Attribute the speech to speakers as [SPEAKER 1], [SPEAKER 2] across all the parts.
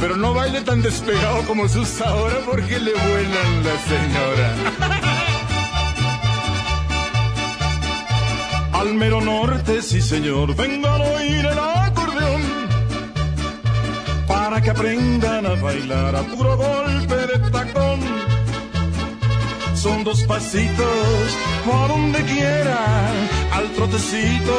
[SPEAKER 1] Pero no baile tan despegado como se usa ahora porque le vuelan la señora. Al mero norte, sí señor, vengan a oír el acordeón. Para que aprendan a bailar a puro golpe de tacón. Son dos pasitos por donde quiera, al trotecito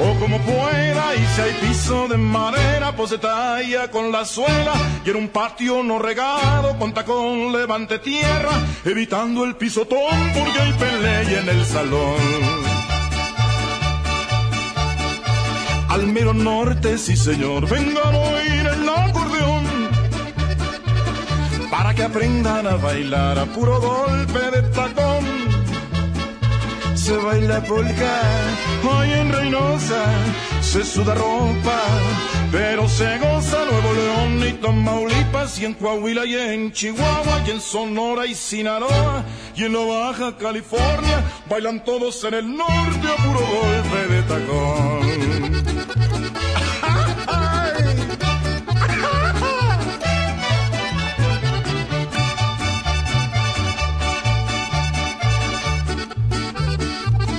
[SPEAKER 1] o como pueda. Y si hay piso de madera, pues se talla con la suela. Y en un patio no regado, con tacón levante tierra, evitando el pisotón porque hay pelea en el salón. Al mero norte, sí señor, vengan a oír el acordeón. Para que aprendan a bailar a puro golpe de tacón. Se baila polca, hoy en Reynosa, se suda ropa, pero se goza Nuevo León y Tamaulipas, y en Coahuila y en Chihuahua, y en Sonora y Sinaloa, y en la Baja California, bailan todos en el norte a puro golpe de tacón.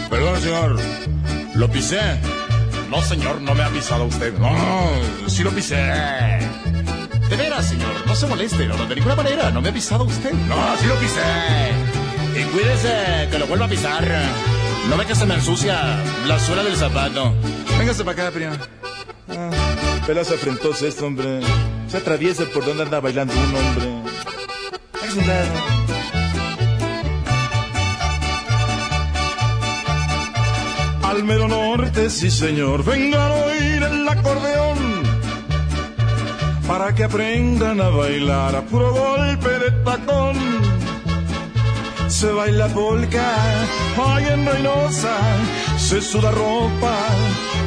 [SPEAKER 1] Perdón, señor. ¿Lo pisé? No, señor, no me ha pisado usted. No, sí lo pisé. De veras, señor, no se moleste, no, de ninguna manera, no me ha pisado usted. No, sí lo pisé. Y cuídese, que lo vuelva a pisar. No ve que se me ensucia la suela del zapato. Véngase para acá, prima. pelas afrentosa Ah, este, hombre. Se atraviesa por donde anda bailando un hombre. Hágase un lado. Al mero norte, sí señor, vengan a oír el acordeón. Para que aprendan a bailar a puro golpe de tacón. Se baila polca, hay en Reynosa, se suda ropa,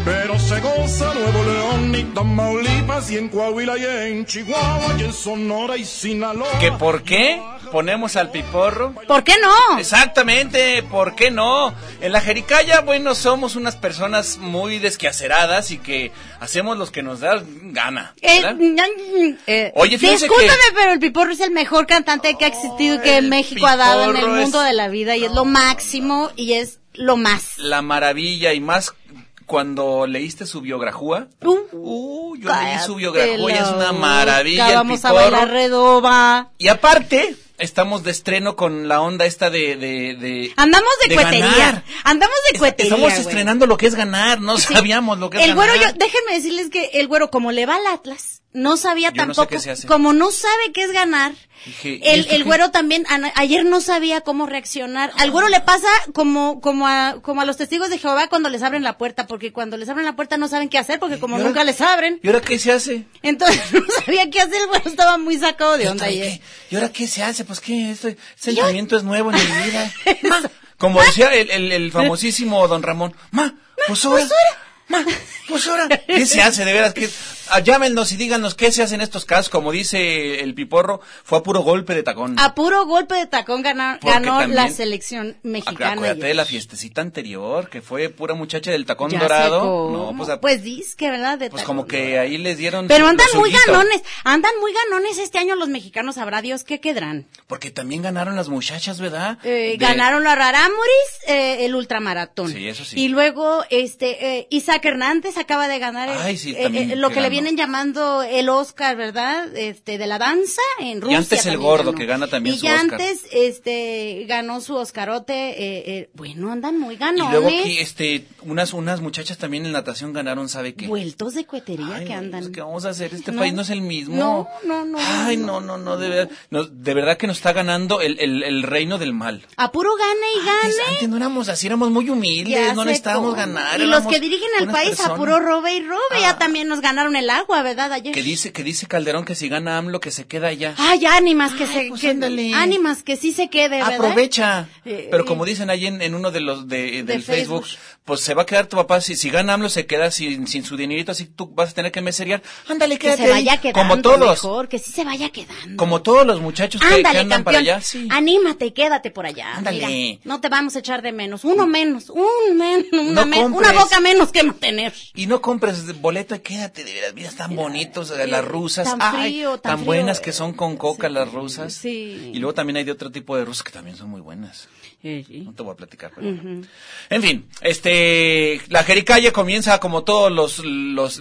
[SPEAKER 1] pero se goza Nuevo León y Tamaulipas y en Coahuila y en Chihuahua y en Sonora y Sinaloa.
[SPEAKER 2] ¿Que por qué ponemos al piporro?
[SPEAKER 3] ¿Por qué no?
[SPEAKER 2] Exactamente, ¿por qué no? En la Jericaya, bueno, somos unas personas muy desquaceradas y que hacemos los que nos da gana.
[SPEAKER 3] Eh,
[SPEAKER 2] ¿verdad?
[SPEAKER 3] na- eh,
[SPEAKER 2] Oye, fíjense
[SPEAKER 3] discúlpame,
[SPEAKER 2] que-
[SPEAKER 3] pero el Piporro es el mejor cantante que ha existido y que
[SPEAKER 2] el
[SPEAKER 3] México ha dado en el
[SPEAKER 2] Piporro es-
[SPEAKER 3] mundo de la vida y es lo máximo y es lo más.
[SPEAKER 2] La maravilla y más cuando leíste su biografía.
[SPEAKER 3] Uh,
[SPEAKER 2] Uh, yo leí
[SPEAKER 3] cállate
[SPEAKER 2] su biografía, es
[SPEAKER 3] la
[SPEAKER 2] una
[SPEAKER 3] boca,
[SPEAKER 2] maravilla. el
[SPEAKER 3] Vamos a
[SPEAKER 2] Piporro.
[SPEAKER 3] bailar redoba.
[SPEAKER 2] Y aparte, estamos de estreno con la onda esta de... de, de-
[SPEAKER 3] Andamos de, cuetería.
[SPEAKER 2] ganar.
[SPEAKER 3] Andamos de
[SPEAKER 2] Es-
[SPEAKER 3] cuetería.
[SPEAKER 2] Estamos
[SPEAKER 3] güey.
[SPEAKER 2] estrenando lo que es ganar, no sabíamos lo que es
[SPEAKER 3] El güero, yo,
[SPEAKER 2] ganar.
[SPEAKER 3] déjenme decirles que el güero, como le va al Atlas, no sabía
[SPEAKER 2] Yo no sé
[SPEAKER 3] tampoco,
[SPEAKER 2] qué se hace.
[SPEAKER 3] como no sabe qué es ganar,
[SPEAKER 2] Dije, ¿y
[SPEAKER 3] el,
[SPEAKER 2] esto
[SPEAKER 3] el
[SPEAKER 2] qué?
[SPEAKER 3] güero también, ana- ayer no sabía cómo reaccionar. Al güero le pasa como, como a, como a los testigos de Jehová cuando les abren la puerta, porque cuando les abren la puerta no saben qué hacer, porque como
[SPEAKER 2] ¿Y ahora?
[SPEAKER 3] nunca les abren,
[SPEAKER 2] ¿Y ahora qué se hace? Pues,
[SPEAKER 3] entonces no sabía qué hacer, el güero estaba muy sacado de onda
[SPEAKER 2] ¿Y
[SPEAKER 3] ayer.
[SPEAKER 2] qué? ¿Y ahora qué se hace? Pues qué, este sentimiento es nuevo en mi vida. Ma, como decía el, el- el famosísimo don Ramón, ma, pues ahora, ma, pues ahora, ¿qué se hace de veras? ¿Qué? Ah, Llámenos y díganos qué se hace en estos casos, como dice el piporro, fue a puro golpe de tacón.
[SPEAKER 3] A puro golpe de tacón ganar-
[SPEAKER 2] Porque
[SPEAKER 3] ganó la
[SPEAKER 2] también-
[SPEAKER 3] selección mexicana.
[SPEAKER 2] Acuérdate
[SPEAKER 3] ayer.
[SPEAKER 2] de la fiestecita anterior, que fue pura muchacha del tacón
[SPEAKER 3] Ya sé
[SPEAKER 2] dorado.
[SPEAKER 3] cómo.
[SPEAKER 2] No, pues, a-
[SPEAKER 3] pues dis que verdad de
[SPEAKER 2] pues
[SPEAKER 3] tacón
[SPEAKER 2] como que
[SPEAKER 3] dorado.
[SPEAKER 2] ahí les dieron.
[SPEAKER 3] Pero
[SPEAKER 2] su-
[SPEAKER 3] andan
[SPEAKER 2] lo
[SPEAKER 3] muy
[SPEAKER 2] suyito.
[SPEAKER 3] ganones, andan muy ganones este año los mexicanos, sabrá Dios qué quedarán.
[SPEAKER 2] Porque también ganaron las muchachas, ¿verdad?
[SPEAKER 3] Eh,
[SPEAKER 2] De-
[SPEAKER 3] Ganaron la Raramuris, eh, el ultramaratón.
[SPEAKER 2] Sí, eso sí.
[SPEAKER 3] Y luego, este, eh, Isaac Hernández acaba de ganar el-
[SPEAKER 2] Ay, sí,
[SPEAKER 3] eh,
[SPEAKER 2] también
[SPEAKER 3] eh, lo
[SPEAKER 2] que
[SPEAKER 3] que le
[SPEAKER 2] ganó.
[SPEAKER 3] vienen llamando el Oscar, ¿verdad? Este, de la danza en Rusia.
[SPEAKER 2] antes el
[SPEAKER 3] también
[SPEAKER 2] gordo, que gana también
[SPEAKER 3] y
[SPEAKER 2] su
[SPEAKER 3] ya
[SPEAKER 2] Oscar.
[SPEAKER 3] antes, este, ganó su Oscarote, eh, eh, bueno, ¿eh? andan muy
[SPEAKER 2] Y
[SPEAKER 3] ganones.
[SPEAKER 2] luego que este, unas, unas muchachas también en natación ganaron, ¿sabe qué?
[SPEAKER 3] Vueltos de cuetería
[SPEAKER 2] Ay,
[SPEAKER 3] Pues, que
[SPEAKER 2] güey,
[SPEAKER 3] andan.
[SPEAKER 2] pues, ¿Qué vamos a hacer? Este
[SPEAKER 3] No.
[SPEAKER 2] país no es el mismo.
[SPEAKER 3] No, no, no,
[SPEAKER 2] Ay, no, no, no, de verdad. no, de verdad que nos está ganando el, el, el reino del mal.
[SPEAKER 3] A puro gane y gane.
[SPEAKER 2] Antes, antes no éramos así, éramos muy humildes,
[SPEAKER 3] Ya
[SPEAKER 2] no
[SPEAKER 3] sé
[SPEAKER 2] necesitábamos
[SPEAKER 3] cómo.
[SPEAKER 2] ganar.
[SPEAKER 3] Y los
[SPEAKER 2] éramos
[SPEAKER 3] que dirigen al
[SPEAKER 2] unas
[SPEAKER 3] país a
[SPEAKER 2] personas.
[SPEAKER 3] puro robe y robe,
[SPEAKER 2] Ah.
[SPEAKER 3] ya también nos ganaron el el agua, ¿verdad? Ayer.
[SPEAKER 2] Que dice, que dice Calderón que si gana AMLO que se queda allá.
[SPEAKER 3] Ay, ánimas que se
[SPEAKER 2] pues
[SPEAKER 3] que,
[SPEAKER 2] ándale.
[SPEAKER 3] ánimas que sí se quede, ¿verdad?
[SPEAKER 2] Aprovecha.
[SPEAKER 3] Eh,
[SPEAKER 2] Pero
[SPEAKER 3] eh.
[SPEAKER 2] como dicen ahí en, en uno de los de, del
[SPEAKER 3] Facebook.
[SPEAKER 2] Facebook, pues se va a quedar tu papá. Si, si gana AMLO, se queda sin, sin su dinerito, así tú vas a tener que meserear. Ándale,
[SPEAKER 3] Que
[SPEAKER 2] quédate.
[SPEAKER 3] se vaya
[SPEAKER 2] ahí,
[SPEAKER 3] quedando
[SPEAKER 2] como todos.
[SPEAKER 3] mejor, que sí se vaya quedando.
[SPEAKER 2] Como todos los muchachos que, que
[SPEAKER 3] Ándale,
[SPEAKER 2] andan
[SPEAKER 3] campeón.
[SPEAKER 2] para allá. Sí.
[SPEAKER 3] Anímate y quédate por allá.
[SPEAKER 2] Ándale.
[SPEAKER 3] Mira, no te vamos a echar de menos. Uno menos. Un men, una,
[SPEAKER 2] No
[SPEAKER 3] men- una
[SPEAKER 2] compres.
[SPEAKER 3] boca menos que mantener.
[SPEAKER 2] Y no compres boleto y quédate, de veras, mira, tan bonitos eh, las rusas.
[SPEAKER 3] tan
[SPEAKER 2] Ay,
[SPEAKER 3] frío, tan
[SPEAKER 2] tan,
[SPEAKER 3] frío,
[SPEAKER 2] buenas
[SPEAKER 3] eh,
[SPEAKER 2] que son con coca
[SPEAKER 3] sí,
[SPEAKER 2] las rusas.
[SPEAKER 3] sí.
[SPEAKER 2] Y luego también hay de otro tipo de rusas que también son muy buenas.
[SPEAKER 3] Eh,
[SPEAKER 2] No
[SPEAKER 3] eh.
[SPEAKER 2] te voy a platicar, pero bueno. En fin, este, la Jericalle comienza como todos los, los,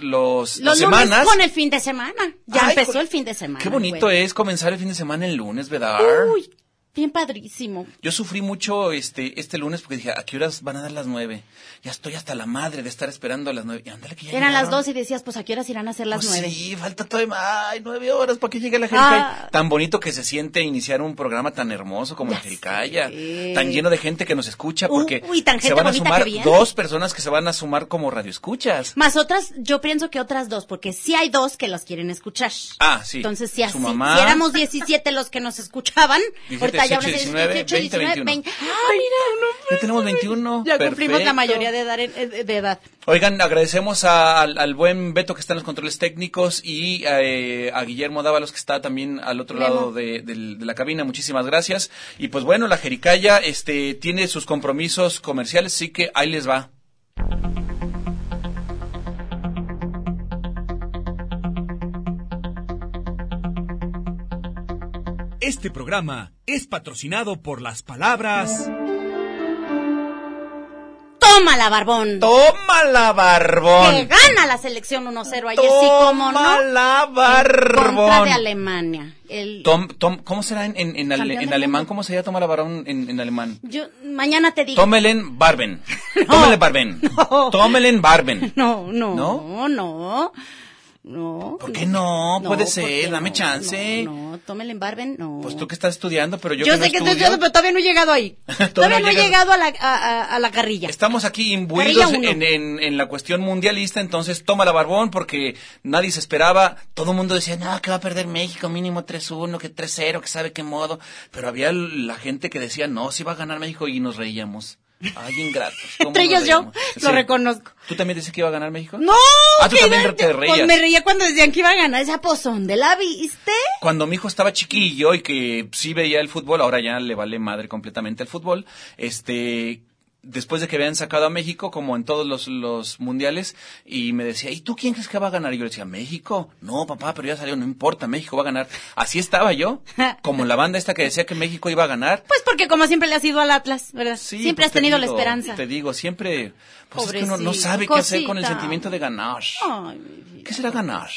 [SPEAKER 3] Los
[SPEAKER 2] los, las
[SPEAKER 3] lunes
[SPEAKER 2] semanas.
[SPEAKER 3] con el fin de semana. Ya
[SPEAKER 2] Ay,
[SPEAKER 3] empezó
[SPEAKER 2] con-
[SPEAKER 3] el fin de semana.
[SPEAKER 2] Qué bonito
[SPEAKER 3] güey.
[SPEAKER 2] es comenzar el fin de semana el lunes, ¿verdad?
[SPEAKER 3] Uy, bien padrísimo.
[SPEAKER 2] Yo sufrí mucho este, este lunes porque dije, ¿a qué horas van a dar las nueve? Ya estoy hasta la madre de estar esperando a las nueve. Y ándale que ya
[SPEAKER 3] Eran las
[SPEAKER 2] llegaron.
[SPEAKER 3] dos y decías, pues a qué horas irán a ser las
[SPEAKER 2] Pues
[SPEAKER 3] nueve.
[SPEAKER 2] Sí, falta todavía más. Ay, nueve horas para que llegue la Jericaya.
[SPEAKER 3] Ah.
[SPEAKER 2] Tan bonito que se siente iniciar un programa tan hermoso como
[SPEAKER 3] Ya
[SPEAKER 2] la Jericaya.
[SPEAKER 3] sé.
[SPEAKER 2] Tan lleno de gente que nos escucha
[SPEAKER 3] Uy,
[SPEAKER 2] porque
[SPEAKER 3] uy, tan
[SPEAKER 2] se
[SPEAKER 3] gente
[SPEAKER 2] van a
[SPEAKER 3] bonita
[SPEAKER 2] sumar
[SPEAKER 3] que viene.
[SPEAKER 2] dos personas que se van a sumar como radioescuchas.
[SPEAKER 3] Más otras, yo pienso que otras dos, porque sí hay dos que las quieren escuchar.
[SPEAKER 2] Ah, sí.
[SPEAKER 3] Entonces, si, así,
[SPEAKER 2] Su mamá.
[SPEAKER 3] si éramos 17 los que nos escuchaban,
[SPEAKER 2] 17,
[SPEAKER 3] ahorita ya van a
[SPEAKER 2] 18,
[SPEAKER 3] ser
[SPEAKER 2] 19, 20,
[SPEAKER 3] 20. Ah, mira, no
[SPEAKER 2] Ya tenemos 21.
[SPEAKER 3] Ya cumplimos la
[SPEAKER 2] perfecto.
[SPEAKER 3] mayoría de edad. en- eh, de edad.
[SPEAKER 2] Oigan, agradecemos a- al, al buen Beto que está en los controles técnicos y eh, a Guillermo Dávalos que está también al otro
[SPEAKER 3] Memo.
[SPEAKER 2] lado de, del- de la cabina. Muchísimas gracias. Y pues bueno, la Jericaya este, tiene sus compromisos comerciales, así que ahí les va.
[SPEAKER 4] Este programa es patrocinado por las palabras.
[SPEAKER 3] Tómala, barbón.
[SPEAKER 2] ¡Tómala,
[SPEAKER 3] que
[SPEAKER 2] barbón!
[SPEAKER 3] gana la selección 1-0 ayer, sí, como no.
[SPEAKER 2] ¡Tómala,
[SPEAKER 3] En contra de
[SPEAKER 2] barbón!
[SPEAKER 3] Alemania. El-
[SPEAKER 2] Tom, tom, ¿Cómo será en, en, en ale-
[SPEAKER 3] Campeón
[SPEAKER 2] en
[SPEAKER 3] del
[SPEAKER 2] alemán?
[SPEAKER 3] mundo.
[SPEAKER 2] ¿Cómo sería tómala, barbón en, en alemán?
[SPEAKER 3] yo, mañana te digo.
[SPEAKER 2] Tómelen barben. Tómelen barben.
[SPEAKER 3] No.
[SPEAKER 2] Tómelen barben.
[SPEAKER 3] No, no, no,
[SPEAKER 2] ¿No?
[SPEAKER 3] no.
[SPEAKER 2] ¿Por qué no? Puede
[SPEAKER 3] ¿por
[SPEAKER 2] ser,
[SPEAKER 3] qué
[SPEAKER 2] dame chance.
[SPEAKER 3] No, no, tómela en Barben, no.
[SPEAKER 2] Pues tú que estás estudiando, pero yo,
[SPEAKER 3] Yo, sé
[SPEAKER 2] que no
[SPEAKER 3] que estoy
[SPEAKER 2] estudio,
[SPEAKER 3] estudiando, pero todavía no he llegado ahí. todavía,
[SPEAKER 2] Todavía
[SPEAKER 3] no he
[SPEAKER 2] no llegas-
[SPEAKER 3] llegado a la, a, a- a la carrilla.
[SPEAKER 2] Estamos aquí
[SPEAKER 3] Carrilla
[SPEAKER 2] imbuidos
[SPEAKER 3] uno.
[SPEAKER 2] en, en, en la cuestión mundialista, entonces toma la barbón porque nadie se esperaba, todo el mundo decía, no, que va a perder México, mínimo 3-1, que 3-0, que sabe qué modo, pero había l- la gente que decía, no, sí va a ganar México y nos reíamos. Ay, ingratos. ¿cómo
[SPEAKER 3] Entre
[SPEAKER 2] nos
[SPEAKER 3] ellos yo,
[SPEAKER 2] reíamos?
[SPEAKER 3] lo
[SPEAKER 2] Sí.
[SPEAKER 3] reconozco.
[SPEAKER 2] ¿Tú también decías que iba a ganar México?
[SPEAKER 3] ¡No!
[SPEAKER 2] Ah, tú
[SPEAKER 3] que
[SPEAKER 2] también
[SPEAKER 3] iba-
[SPEAKER 2] te
[SPEAKER 3] Pues
[SPEAKER 2] reías.
[SPEAKER 3] me reía cuando decían que iba a ganar esa pozón de la viste.
[SPEAKER 2] cuando mi hijo estaba chiquillo y que sí veía el fútbol, ahora ya le vale madre completamente el fútbol, este después de que habían sacado a México, como en todos los, los mundiales, y me decía, ¿y tú quién crees que va a ganar? Y yo le decía, ¿México? No, papá, pero ya salió, no importa, México va a ganar. Así estaba yo, como la banda esta que decía que México iba a ganar.
[SPEAKER 3] Pues porque como siempre le has ido al Atlas, ¿verdad?
[SPEAKER 2] Sí,
[SPEAKER 3] siempre
[SPEAKER 2] pues
[SPEAKER 3] has
[SPEAKER 2] te
[SPEAKER 3] tenido la
[SPEAKER 2] digo,
[SPEAKER 3] esperanza.
[SPEAKER 2] Te digo, siempre, pues es que uno no
[SPEAKER 3] Pobrecito,
[SPEAKER 2] sabe qué hacer con el
[SPEAKER 3] cosita.
[SPEAKER 2] sentimiento de ganar.
[SPEAKER 3] Ay, mi vida.
[SPEAKER 2] ¿Qué será ganar?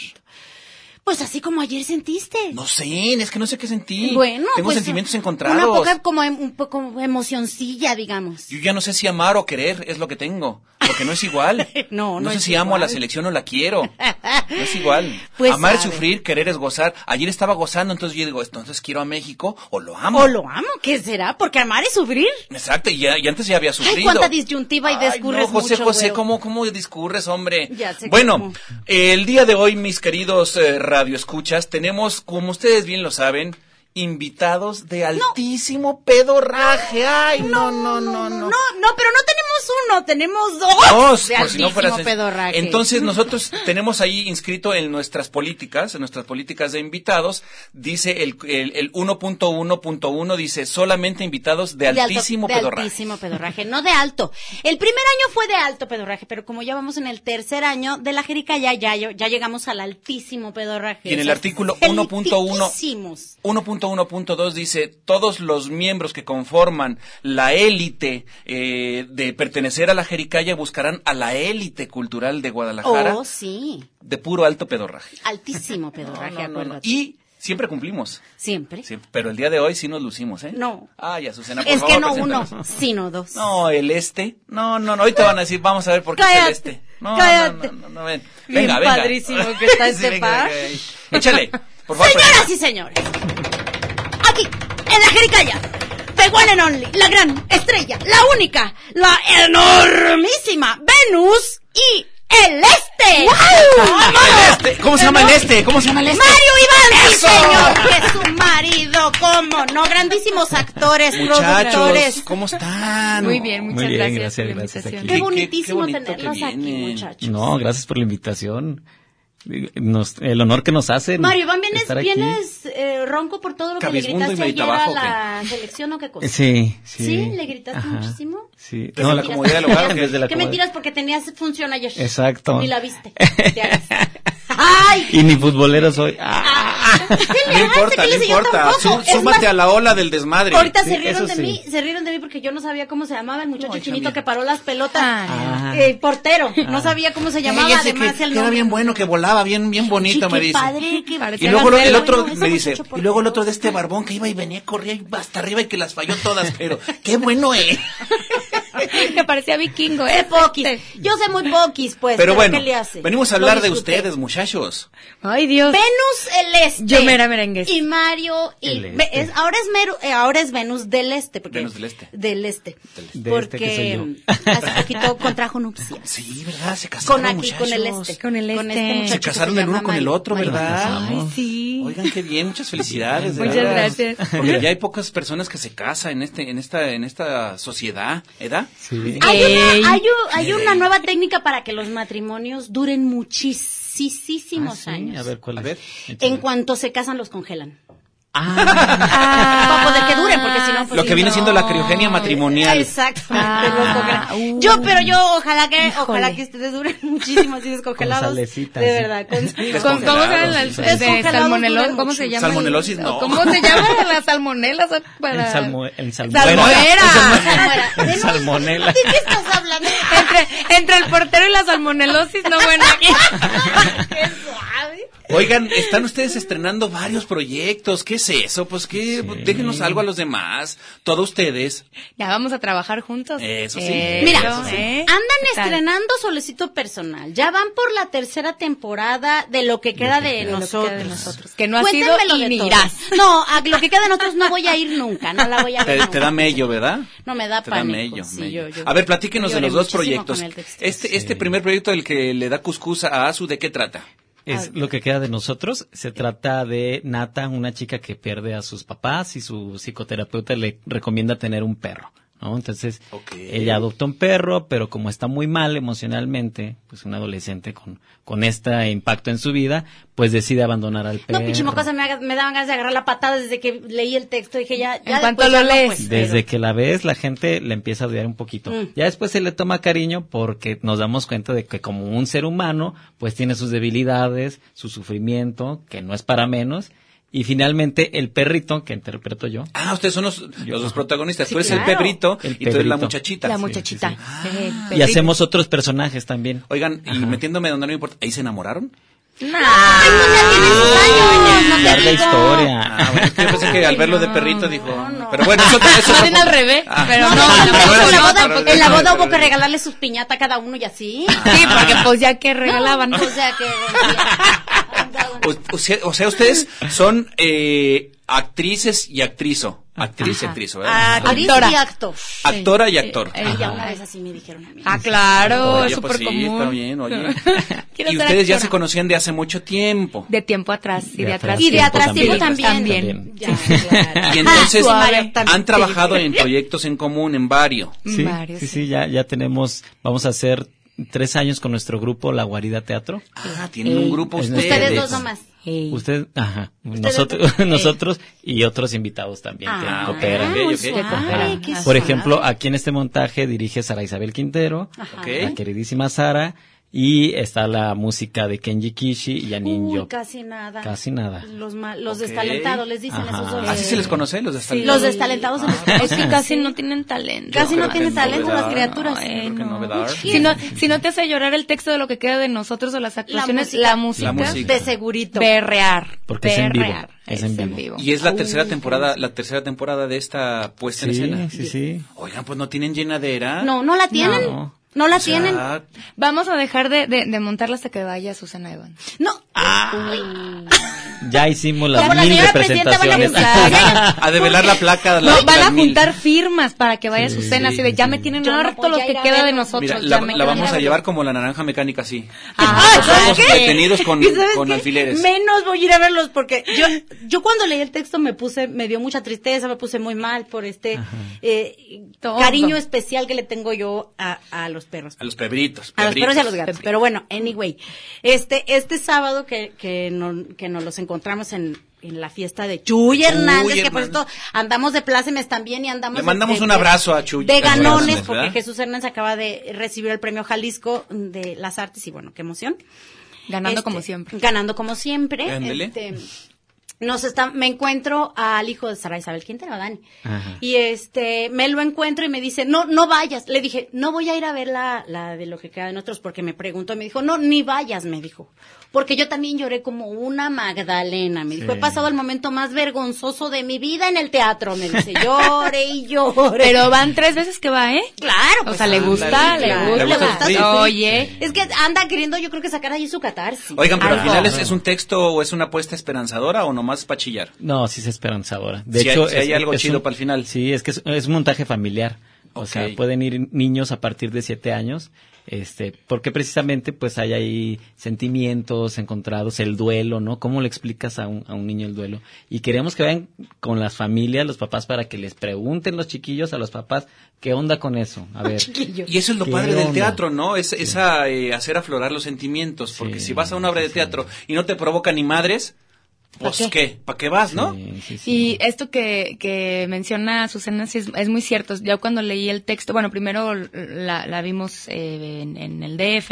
[SPEAKER 3] Pues así como ayer sentiste.
[SPEAKER 2] No sé, es que no sé qué sentí.
[SPEAKER 3] Bueno,
[SPEAKER 2] Tengo
[SPEAKER 3] pues,
[SPEAKER 2] sentimientos encontrados.
[SPEAKER 3] Una poca como em- un poco emocioncilla, digamos.
[SPEAKER 2] Yo ya no sé si amar o querer es lo que tengo, porque no es igual.
[SPEAKER 3] No, no
[SPEAKER 2] sé
[SPEAKER 3] es
[SPEAKER 2] si amo a la
[SPEAKER 3] igual.
[SPEAKER 2] selección o la quiero. No es igual.
[SPEAKER 3] Pues
[SPEAKER 2] amar es
[SPEAKER 3] sabe.
[SPEAKER 2] sufrir, querer es gozar. Ayer estaba gozando, entonces yo digo, entonces quiero a México o lo amo.
[SPEAKER 3] O lo amo, ¿qué será? Porque amar es sufrir.
[SPEAKER 2] Exacto, y, ya- y antes ya había sufrido.
[SPEAKER 3] cuánta disyuntiva y
[SPEAKER 2] Ay,
[SPEAKER 3] discurres
[SPEAKER 2] no, José,
[SPEAKER 3] mucho,
[SPEAKER 2] José,
[SPEAKER 3] güero.
[SPEAKER 2] ¿cómo, ¿cómo discurres, hombre?
[SPEAKER 3] Ya sé
[SPEAKER 2] bueno,
[SPEAKER 3] cómo.
[SPEAKER 2] el día de hoy, mis queridos eh, radioescuchas, tenemos, como ustedes bien lo saben, invitados de altísimo pedorraje. Ay, no, no,
[SPEAKER 3] no,
[SPEAKER 2] no.
[SPEAKER 3] no, pero no tenemos uno, tenemos dos.
[SPEAKER 2] Dos,
[SPEAKER 3] de
[SPEAKER 2] por si no
[SPEAKER 3] altísimo
[SPEAKER 2] fuera sen-
[SPEAKER 3] pedorraje.
[SPEAKER 2] Entonces nosotros tenemos ahí inscrito en nuestras políticas, en nuestras políticas de invitados, dice el, el, el 1.1.1, dice solamente invitados de
[SPEAKER 3] De alto-
[SPEAKER 2] altísimo
[SPEAKER 3] de
[SPEAKER 2] pedorraje.
[SPEAKER 3] altísimo pedorraje, no de alto. El primer año fue de alto pedorraje, pero como ya vamos en el tercer año de la Jerica, ya, ya, ya llegamos al altísimo pedorraje.
[SPEAKER 2] Y en el
[SPEAKER 3] O sea,
[SPEAKER 2] artículo 1.1.
[SPEAKER 3] felicidísimos.
[SPEAKER 2] 1.1.2 dice, todos los miembros que conforman la élite eh, de pertenecer a la Jericaya buscarán a la élite cultural de Guadalajara
[SPEAKER 3] Oh, sí.
[SPEAKER 2] de puro alto pedorraje.
[SPEAKER 3] Altísimo pedorraje,
[SPEAKER 2] No, no, no, no.
[SPEAKER 3] acuérdate.
[SPEAKER 2] Y siempre cumplimos.
[SPEAKER 3] Siempre.
[SPEAKER 2] Sí, pero el día de hoy sí nos lucimos, ¿eh?
[SPEAKER 3] No.
[SPEAKER 2] Ay, Azucena, por
[SPEAKER 3] es
[SPEAKER 2] favor,
[SPEAKER 3] que no
[SPEAKER 2] preséntanos.
[SPEAKER 3] uno, sino dos.
[SPEAKER 2] No, el este. No, no, no. Ahorita van a decir, vamos a ver por qué
[SPEAKER 3] Cállate,
[SPEAKER 2] es el este. No, no,
[SPEAKER 3] cállate.
[SPEAKER 2] No, no, no, ven.
[SPEAKER 3] Bien
[SPEAKER 2] Venga, venga.
[SPEAKER 3] padrísimo que está este par.
[SPEAKER 2] Échale, por favor. pues,
[SPEAKER 3] Señoras y señores, aquí, en la Jericaya, The One and Only, la gran estrella, la única, la enormísima Venus y el este!
[SPEAKER 2] El este, ¿Cómo se llama el este? ¿Cómo se llama el este?
[SPEAKER 3] Mario Iván, sí,
[SPEAKER 2] ¡Eso!
[SPEAKER 3] señor, que es su marido, cómo no, grandísimos actores,
[SPEAKER 2] Muchachos,
[SPEAKER 3] productores.
[SPEAKER 2] ¿cómo están?
[SPEAKER 5] Muy bien, muchas
[SPEAKER 6] Muy bien,
[SPEAKER 5] gracias,
[SPEAKER 6] gracias,
[SPEAKER 5] por la
[SPEAKER 6] gracias,
[SPEAKER 5] invitación.
[SPEAKER 6] aquí.
[SPEAKER 3] Qué
[SPEAKER 6] Qué-
[SPEAKER 3] bonitísimo
[SPEAKER 2] qué bonito que
[SPEAKER 3] tenerlos aquí,
[SPEAKER 2] vienen.
[SPEAKER 3] muchachos.
[SPEAKER 6] No, gracias por la invitación. Eh, nos- el honor que nos hacen.
[SPEAKER 3] Mario Iván, vienes,
[SPEAKER 6] estar aquí.
[SPEAKER 3] vienes eh, ronco por todo lo que le
[SPEAKER 2] Cabizbundo y
[SPEAKER 3] gritaste ayer
[SPEAKER 2] meditabajo,
[SPEAKER 3] a la selección o qué cosa.
[SPEAKER 6] Sí, sí.
[SPEAKER 3] ¿Sí? ¿Le gritaste muchísimo?
[SPEAKER 6] Sí.
[SPEAKER 2] Desde la comodidad del hogar, ¿o qué?
[SPEAKER 6] Desde la
[SPEAKER 3] Qué
[SPEAKER 6] comodidad.
[SPEAKER 3] mentiras, porque tenías función ayer.
[SPEAKER 6] Exacto.
[SPEAKER 3] Ni la viste. Te hagas. ¡Ay!
[SPEAKER 6] Y ni futbolero soy. Ah,
[SPEAKER 3] ¿Qué
[SPEAKER 2] No
[SPEAKER 3] le hace?
[SPEAKER 2] importa,
[SPEAKER 3] ¿Qué
[SPEAKER 2] no
[SPEAKER 3] le hice yo
[SPEAKER 2] importa.
[SPEAKER 3] tampoco?
[SPEAKER 2] Sú-
[SPEAKER 3] Es más,
[SPEAKER 2] Súmate a la ola del desmadre.
[SPEAKER 3] Ahorita se
[SPEAKER 6] Sí,
[SPEAKER 3] rieron de
[SPEAKER 6] eso sí.
[SPEAKER 3] mí, se rieron de mí porque yo no sabía cómo se llamaba el muchacho
[SPEAKER 2] Ay,
[SPEAKER 3] chinito
[SPEAKER 2] Samira.
[SPEAKER 3] que paró las pelotas.
[SPEAKER 5] Ah.
[SPEAKER 3] Eh, portero.
[SPEAKER 2] Ah.
[SPEAKER 3] No sabía cómo se llamaba,
[SPEAKER 2] Ay, ese
[SPEAKER 3] además
[SPEAKER 2] que,
[SPEAKER 3] el
[SPEAKER 2] que era
[SPEAKER 3] nombre.
[SPEAKER 2] bien bueno, que volaba bien, bien bonito,
[SPEAKER 3] Sí,
[SPEAKER 2] me
[SPEAKER 3] qué
[SPEAKER 2] dice.
[SPEAKER 3] padre, que
[SPEAKER 2] Y
[SPEAKER 3] parecía
[SPEAKER 2] luego lo- el
[SPEAKER 3] Gardel.
[SPEAKER 2] otro
[SPEAKER 3] Ay, no, ese
[SPEAKER 2] me dice,
[SPEAKER 3] muchacho, por
[SPEAKER 2] y luego el otro
[SPEAKER 3] favor.
[SPEAKER 2] de este barbón que iba y venía, corría y hasta arriba y que las falló todas, pero qué bueno eh. es.
[SPEAKER 5] Que parecía vikingo,
[SPEAKER 3] Eh,
[SPEAKER 5] ¿eh?
[SPEAKER 3] poquis. Yo sé muy poquis, pues.
[SPEAKER 2] Pero bueno,
[SPEAKER 3] ¿qué le hace?
[SPEAKER 2] venimos a
[SPEAKER 3] Lo
[SPEAKER 2] hablar de
[SPEAKER 3] disfruté.
[SPEAKER 2] ustedes, muchachos.
[SPEAKER 5] Ay, Dios.
[SPEAKER 3] Venus el Este.
[SPEAKER 5] Yo mera merengues.
[SPEAKER 3] Y Mario y
[SPEAKER 6] El Este.
[SPEAKER 3] Ve- es- ahora es Meru- eh, ahora es Venus del Este, porque
[SPEAKER 2] Venus del Este.
[SPEAKER 3] Del Este.
[SPEAKER 6] Este.
[SPEAKER 3] Porque
[SPEAKER 6] De este que
[SPEAKER 3] hace poquito contrajo nupcias.
[SPEAKER 2] Sí, ¿verdad? Se casaron,
[SPEAKER 3] Con aquí,
[SPEAKER 2] muchachos.
[SPEAKER 3] con el este.
[SPEAKER 5] Con el Este. Se
[SPEAKER 2] Se
[SPEAKER 3] muchacho que
[SPEAKER 2] casaron
[SPEAKER 3] se
[SPEAKER 2] el uno
[SPEAKER 3] llama
[SPEAKER 2] con el
[SPEAKER 3] Mario.
[SPEAKER 2] otro,
[SPEAKER 3] Mario.
[SPEAKER 2] ¿verdad?
[SPEAKER 5] Ay, sí.
[SPEAKER 2] Oigan, qué bien, muchas felicidades. de
[SPEAKER 5] Muchas
[SPEAKER 2] veras.
[SPEAKER 5] gracias.
[SPEAKER 2] Porque ya hay pocas personas que se casan en este, en esta, en esta sociedad, ¿eh, ¿edad?
[SPEAKER 6] sí.
[SPEAKER 3] Hay una,
[SPEAKER 5] Ey.
[SPEAKER 3] hay u- hay una nueva técnica para que los matrimonios duren muchísimos
[SPEAKER 6] Ah, sí,
[SPEAKER 3] años.
[SPEAKER 6] A ver, ¿cuál
[SPEAKER 2] A
[SPEAKER 6] es?
[SPEAKER 2] ver.
[SPEAKER 6] Échale.
[SPEAKER 3] En cuanto se casan, los congelan.
[SPEAKER 6] Ah,
[SPEAKER 3] Para poder que dure, porque si no, pues
[SPEAKER 2] Lo que
[SPEAKER 3] sí,
[SPEAKER 2] viene
[SPEAKER 3] no.
[SPEAKER 2] siendo la criogenia matrimonial.
[SPEAKER 3] Exacto.
[SPEAKER 5] Ah, uh.
[SPEAKER 3] yo, pero yo ojalá que, ojalá
[SPEAKER 5] Híjole.
[SPEAKER 3] que ustedes duren muchísimo así descongelados.
[SPEAKER 6] Con salecita,
[SPEAKER 3] de
[SPEAKER 6] sí.
[SPEAKER 3] verdad, con
[SPEAKER 5] ¿Con, ¿Cómo se llama la
[SPEAKER 2] Descongelados,
[SPEAKER 3] sí, sí.
[SPEAKER 5] de salmonelo- ¿Cómo
[SPEAKER 3] Descongelados
[SPEAKER 5] se llama?
[SPEAKER 2] Salmonelosis, no.
[SPEAKER 5] ¿Cómo se llama la salmonela? Para...
[SPEAKER 6] el salmo, el salmo.
[SPEAKER 5] Salmonera.
[SPEAKER 3] Salmonera.
[SPEAKER 6] El salmonela.
[SPEAKER 3] ¿De qué estás hablando?
[SPEAKER 5] Entre, entre el portero y la salmonelosis, no bueno.
[SPEAKER 3] Qué suave.
[SPEAKER 2] Oigan, están ustedes estrenando varios proyectos. ¿Qué es eso? Pues que
[SPEAKER 6] Sí.
[SPEAKER 2] déjenos algo a los demás. Todos ustedes.
[SPEAKER 5] Ya vamos a trabajar juntos.
[SPEAKER 2] Eso sí.
[SPEAKER 3] Mira,
[SPEAKER 2] Eso sí.
[SPEAKER 5] ¿eh?
[SPEAKER 3] andan
[SPEAKER 5] ¿Qué tal?
[SPEAKER 3] estrenando Solicito Personal. Ya van por la tercera temporada de Lo que queda de,
[SPEAKER 5] Lo que
[SPEAKER 3] nosotros.
[SPEAKER 5] queda de nosotros. Que no ha sido
[SPEAKER 3] Cuéntenmelo
[SPEAKER 5] y
[SPEAKER 3] de
[SPEAKER 5] ni
[SPEAKER 3] todo.
[SPEAKER 5] irás.
[SPEAKER 3] No, a Lo que queda de nosotros no voy a ir nunca. No la voy a ver.
[SPEAKER 2] Te, te
[SPEAKER 3] nunca.
[SPEAKER 2] da mello, ¿verdad?
[SPEAKER 3] No me da
[SPEAKER 2] Te da
[SPEAKER 3] pánico.
[SPEAKER 2] mello,
[SPEAKER 3] sí,
[SPEAKER 2] mello.
[SPEAKER 3] yo- yo-
[SPEAKER 2] A ver, platíquenos de
[SPEAKER 3] lloré
[SPEAKER 2] los dos
[SPEAKER 3] muchísimo
[SPEAKER 2] proyectos.
[SPEAKER 3] con el texto.
[SPEAKER 2] Este, este primer proyecto del que le da Cuscus a Azu, ¿de qué trata?
[SPEAKER 6] Es lo que queda de nosotros. Se trata de Nata, una chica que pierde a sus papás y su psicoterapeuta le recomienda tener un perro. ¿no? Entonces,
[SPEAKER 2] Ok.
[SPEAKER 6] ella adopta un perro, pero como está muy mal emocionalmente, pues un adolescente con, con este impacto en su vida, pues decide abandonar al perro.
[SPEAKER 3] No, pichimo cosa, me, haga- me daban ganas de agarrar la patada desde que leí el texto. Dije, ya, ya.
[SPEAKER 5] En cuanto
[SPEAKER 3] después ya
[SPEAKER 5] lo
[SPEAKER 3] no,
[SPEAKER 5] lees.
[SPEAKER 3] pues,
[SPEAKER 6] Desde
[SPEAKER 3] pero-
[SPEAKER 6] que la ves, la gente le empieza a odiar un poquito.
[SPEAKER 3] Mm.
[SPEAKER 6] Ya después se le toma cariño porque nos damos cuenta de que como un ser humano, pues tiene sus debilidades, su sufrimiento, que no es para menos. Y finalmente el perrito, que interpreto yo,
[SPEAKER 2] Ah, ustedes son los, los dos protagonistas.
[SPEAKER 3] Sí,
[SPEAKER 2] tú eres el
[SPEAKER 3] claro.
[SPEAKER 2] pebrito
[SPEAKER 6] El
[SPEAKER 2] y tú eres la
[SPEAKER 6] Pedrito.
[SPEAKER 2] muchachita.
[SPEAKER 5] La
[SPEAKER 2] Sí.
[SPEAKER 5] muchachita. Eh,
[SPEAKER 6] y
[SPEAKER 3] Ah.
[SPEAKER 5] Pedrito.
[SPEAKER 6] hacemos otros personajes también.
[SPEAKER 2] Oigan, y metiéndome donde no me importa, ¿ahí se enamoraron?
[SPEAKER 5] No.
[SPEAKER 3] Ay, pues ya tiene sus años, no te
[SPEAKER 6] Larga
[SPEAKER 3] digo.
[SPEAKER 6] historia.
[SPEAKER 2] Ah, bueno, es que yo pensé que al verlo de perrito dijo.
[SPEAKER 3] no.
[SPEAKER 2] Pero bueno, eso eso-
[SPEAKER 5] Más bien al revés, pero
[SPEAKER 3] No, no,
[SPEAKER 5] no, la
[SPEAKER 3] no, pero
[SPEAKER 5] boda
[SPEAKER 3] en la boda-
[SPEAKER 5] tampoco.
[SPEAKER 3] en la boda hubo que regalarle sus piñata a cada uno y así.
[SPEAKER 5] Sí, porque pues ya que regalaban.
[SPEAKER 3] No, o sea que.
[SPEAKER 2] O, o sea, o sea, ustedes son eh, actrices y actrizo. Actriz y actrizo, ¿verdad?
[SPEAKER 3] Ah, Actriz
[SPEAKER 5] Actora.
[SPEAKER 3] y actor.
[SPEAKER 2] Actora y actor.
[SPEAKER 5] Eh,
[SPEAKER 3] Y ya oh, una
[SPEAKER 5] Ajá.
[SPEAKER 3] vez así me dijeron a mí.
[SPEAKER 5] Ah, claro,
[SPEAKER 2] Oye,
[SPEAKER 5] es súper
[SPEAKER 2] pues sí,
[SPEAKER 5] común.
[SPEAKER 2] está bien, oye.
[SPEAKER 5] Quiero
[SPEAKER 2] y
[SPEAKER 5] ser
[SPEAKER 2] ustedes ya
[SPEAKER 5] actora.
[SPEAKER 2] se conocían de hace mucho tiempo.
[SPEAKER 5] De tiempo atrás y de,
[SPEAKER 6] De
[SPEAKER 5] atrás.
[SPEAKER 6] atrás
[SPEAKER 3] Y de
[SPEAKER 6] tiempo
[SPEAKER 3] atrás tiempo
[SPEAKER 6] también.
[SPEAKER 3] también.
[SPEAKER 6] También.
[SPEAKER 3] Ya, claro.
[SPEAKER 2] Y entonces
[SPEAKER 3] Ah, suave.
[SPEAKER 2] han trabajado en proyectos en común, en varios.
[SPEAKER 6] Sí,
[SPEAKER 5] Varios,
[SPEAKER 6] sí,
[SPEAKER 5] sí.
[SPEAKER 6] sí, ya, ya tenemos, vamos a hacer tres años con nuestro grupo La Guarida Teatro.
[SPEAKER 2] Ah, tienen un grupo
[SPEAKER 6] Es
[SPEAKER 2] ustedes.
[SPEAKER 6] nuestro
[SPEAKER 3] Ustedes
[SPEAKER 6] de-
[SPEAKER 3] dos nomás.
[SPEAKER 5] Ey.
[SPEAKER 6] Ustedes, ajá, nosotros, nosotros y otros invitados también que
[SPEAKER 2] Ah,
[SPEAKER 6] cooperan.
[SPEAKER 2] ok,
[SPEAKER 3] muy
[SPEAKER 2] ok.
[SPEAKER 3] suave, qué
[SPEAKER 6] Por
[SPEAKER 3] suave.
[SPEAKER 6] ejemplo, aquí en este montaje dirige Sara Isabel Quintero,
[SPEAKER 2] Ok.
[SPEAKER 6] la queridísima Sara, y está la música de Kenji Kishi y Anin
[SPEAKER 3] Uy,
[SPEAKER 6] Yop.
[SPEAKER 3] casi nada.
[SPEAKER 6] Casi nada.
[SPEAKER 3] Los, ma- los
[SPEAKER 2] Ok.
[SPEAKER 3] destalentados, les dicen
[SPEAKER 6] Ajá.
[SPEAKER 3] esos dos.
[SPEAKER 2] Así se les conoce, los de hasta
[SPEAKER 3] Sí, Los destalentados este se les
[SPEAKER 5] Es que
[SPEAKER 3] conoce.
[SPEAKER 5] casi no tienen talento.
[SPEAKER 3] Casi no tienen
[SPEAKER 2] creo que
[SPEAKER 3] talento las
[SPEAKER 2] novedad,
[SPEAKER 3] criaturas.
[SPEAKER 2] yo creo que
[SPEAKER 5] no.
[SPEAKER 2] novedad.
[SPEAKER 5] Si no, si no te hace llorar el texto de lo que queda de nosotros o las actuaciones, la música,
[SPEAKER 2] La música.
[SPEAKER 3] De segurito.
[SPEAKER 5] berrear.
[SPEAKER 6] Porque es en vivo,
[SPEAKER 5] berrear,
[SPEAKER 6] es en vivo.
[SPEAKER 2] Y es la tercera temporada, la tercera temporada de esta puesta
[SPEAKER 6] Sí,
[SPEAKER 2] en escena.
[SPEAKER 6] sí, sí.
[SPEAKER 2] Oigan, pues no tienen llenadera.
[SPEAKER 3] No, no la tienen. No,
[SPEAKER 6] No.
[SPEAKER 3] la
[SPEAKER 2] O sea,
[SPEAKER 3] tienen.
[SPEAKER 5] Vamos a dejar de, de, de montarla hasta que vaya Susana Evans.
[SPEAKER 3] No.
[SPEAKER 6] Ya hicimos las
[SPEAKER 3] Como la
[SPEAKER 6] mil
[SPEAKER 3] señora presidenta van a
[SPEAKER 6] representaciones.
[SPEAKER 3] juzgar.
[SPEAKER 2] A develar la placa. la-
[SPEAKER 5] No, van
[SPEAKER 2] las
[SPEAKER 5] a
[SPEAKER 2] mil.
[SPEAKER 5] juntar firmas para que vaya a su cena, así de ya me tienen
[SPEAKER 3] Yo no
[SPEAKER 5] harto
[SPEAKER 3] voy
[SPEAKER 5] lo
[SPEAKER 3] a
[SPEAKER 5] que
[SPEAKER 3] ir a
[SPEAKER 5] queda de
[SPEAKER 3] verlo.
[SPEAKER 5] nosotros.
[SPEAKER 2] Mira,
[SPEAKER 5] ya
[SPEAKER 2] la,
[SPEAKER 5] me
[SPEAKER 2] la
[SPEAKER 5] quedan
[SPEAKER 2] vamos a
[SPEAKER 5] harto.
[SPEAKER 2] llevar como la naranja mecánica, así.
[SPEAKER 5] Ah,
[SPEAKER 2] Los
[SPEAKER 5] ¿sabes
[SPEAKER 2] ojos
[SPEAKER 5] qué?
[SPEAKER 2] detenidos con,
[SPEAKER 3] ¿Y sabes
[SPEAKER 2] con
[SPEAKER 3] qué?
[SPEAKER 2] alfileres.
[SPEAKER 3] Menos voy a ir a verlos porque yo, yo cuando leí el texto me puse, me dio mucha tristeza, me puse muy mal por este eh,
[SPEAKER 5] Todo.
[SPEAKER 3] cariño especial que le tengo yo a, a los perros.
[SPEAKER 2] A los pebritos.
[SPEAKER 3] A los perros
[SPEAKER 2] pebritos.
[SPEAKER 3] y a los gatos. Pero bueno, anyway, este, este sábado que, que, no- que nos los encontramos en, en la fiesta de Chuy Hernández, que por
[SPEAKER 2] Hernández.
[SPEAKER 3] esto andamos de plácemes también y andamos.
[SPEAKER 2] Le
[SPEAKER 3] de-
[SPEAKER 2] mandamos
[SPEAKER 3] de-
[SPEAKER 2] un
[SPEAKER 3] de-
[SPEAKER 2] abrazo a Chuy.
[SPEAKER 3] De ganones,
[SPEAKER 2] Gracias,
[SPEAKER 3] porque
[SPEAKER 2] ¿verdad?
[SPEAKER 3] Jesús Hernández acaba de recibir el premio Jalisco de las artes y bueno, qué emoción.
[SPEAKER 5] Ganando
[SPEAKER 3] Este,
[SPEAKER 5] como siempre.
[SPEAKER 3] Ganando como siempre.
[SPEAKER 2] Ándele.
[SPEAKER 3] Este, nos está, me encuentro al hijo de Sara Isabel Quintero, Dani.
[SPEAKER 6] Ajá.
[SPEAKER 3] Y este, me lo encuentro y me dice, no, no vayas. Le dije, no voy a ir a ver la, la de lo que queda de nosotros porque me preguntó. Me dijo, no, ni vayas, me dijo. Porque yo también lloré como una Magdalena. Me dijo, he pasado el momento más vergonzoso de mi vida en el teatro. Me dice, llore y llore.
[SPEAKER 5] Pero van tres veces que va, ¿eh?
[SPEAKER 3] Claro,
[SPEAKER 5] O
[SPEAKER 3] pues,
[SPEAKER 5] sea, le
[SPEAKER 3] ándale,
[SPEAKER 5] gusta, le
[SPEAKER 3] claro.
[SPEAKER 5] gusta.
[SPEAKER 2] Le gusta sufrir.
[SPEAKER 5] Oye.
[SPEAKER 3] Es que anda queriendo, yo creo que sacar ahí su catarsis.
[SPEAKER 2] Oigan, pero al
[SPEAKER 3] Algo.
[SPEAKER 2] final es, es un texto o es una apuesta esperanzadora o nomás para chillar.
[SPEAKER 6] No, sí es esperanzadora. De
[SPEAKER 2] Si hay-
[SPEAKER 6] hecho,
[SPEAKER 2] si hay
[SPEAKER 6] es-
[SPEAKER 2] algo
[SPEAKER 6] es
[SPEAKER 2] chido
[SPEAKER 6] un-
[SPEAKER 2] para el final.
[SPEAKER 6] Sí, es que es, es un montaje familiar. O
[SPEAKER 2] Ok.
[SPEAKER 6] sea, pueden ir niños a partir de siete años, este, porque precisamente pues hay ahí sentimientos encontrados, el duelo, ¿no? ¿Cómo le explicas a un, a un niño el duelo? Y queremos que vayan con las familias, los papás, para que les pregunten los chiquillos a los papás, ¿qué onda con eso? A ver.
[SPEAKER 2] Y eso es lo
[SPEAKER 6] ¿Qué
[SPEAKER 2] padre del
[SPEAKER 6] onda?
[SPEAKER 2] teatro, ¿no? Es esa eh, hacer aflorar los sentimientos, porque si vas a una obra de teatro y no te provoca ni madres, pues
[SPEAKER 3] qué?
[SPEAKER 2] qué, ¿para qué vas, no?
[SPEAKER 6] Sí, sí, sí.
[SPEAKER 5] Y esto que, que menciona Susana sí es, es muy cierto. Yo cuando leí el texto, bueno, primero la, la vimos eh, en, en el DF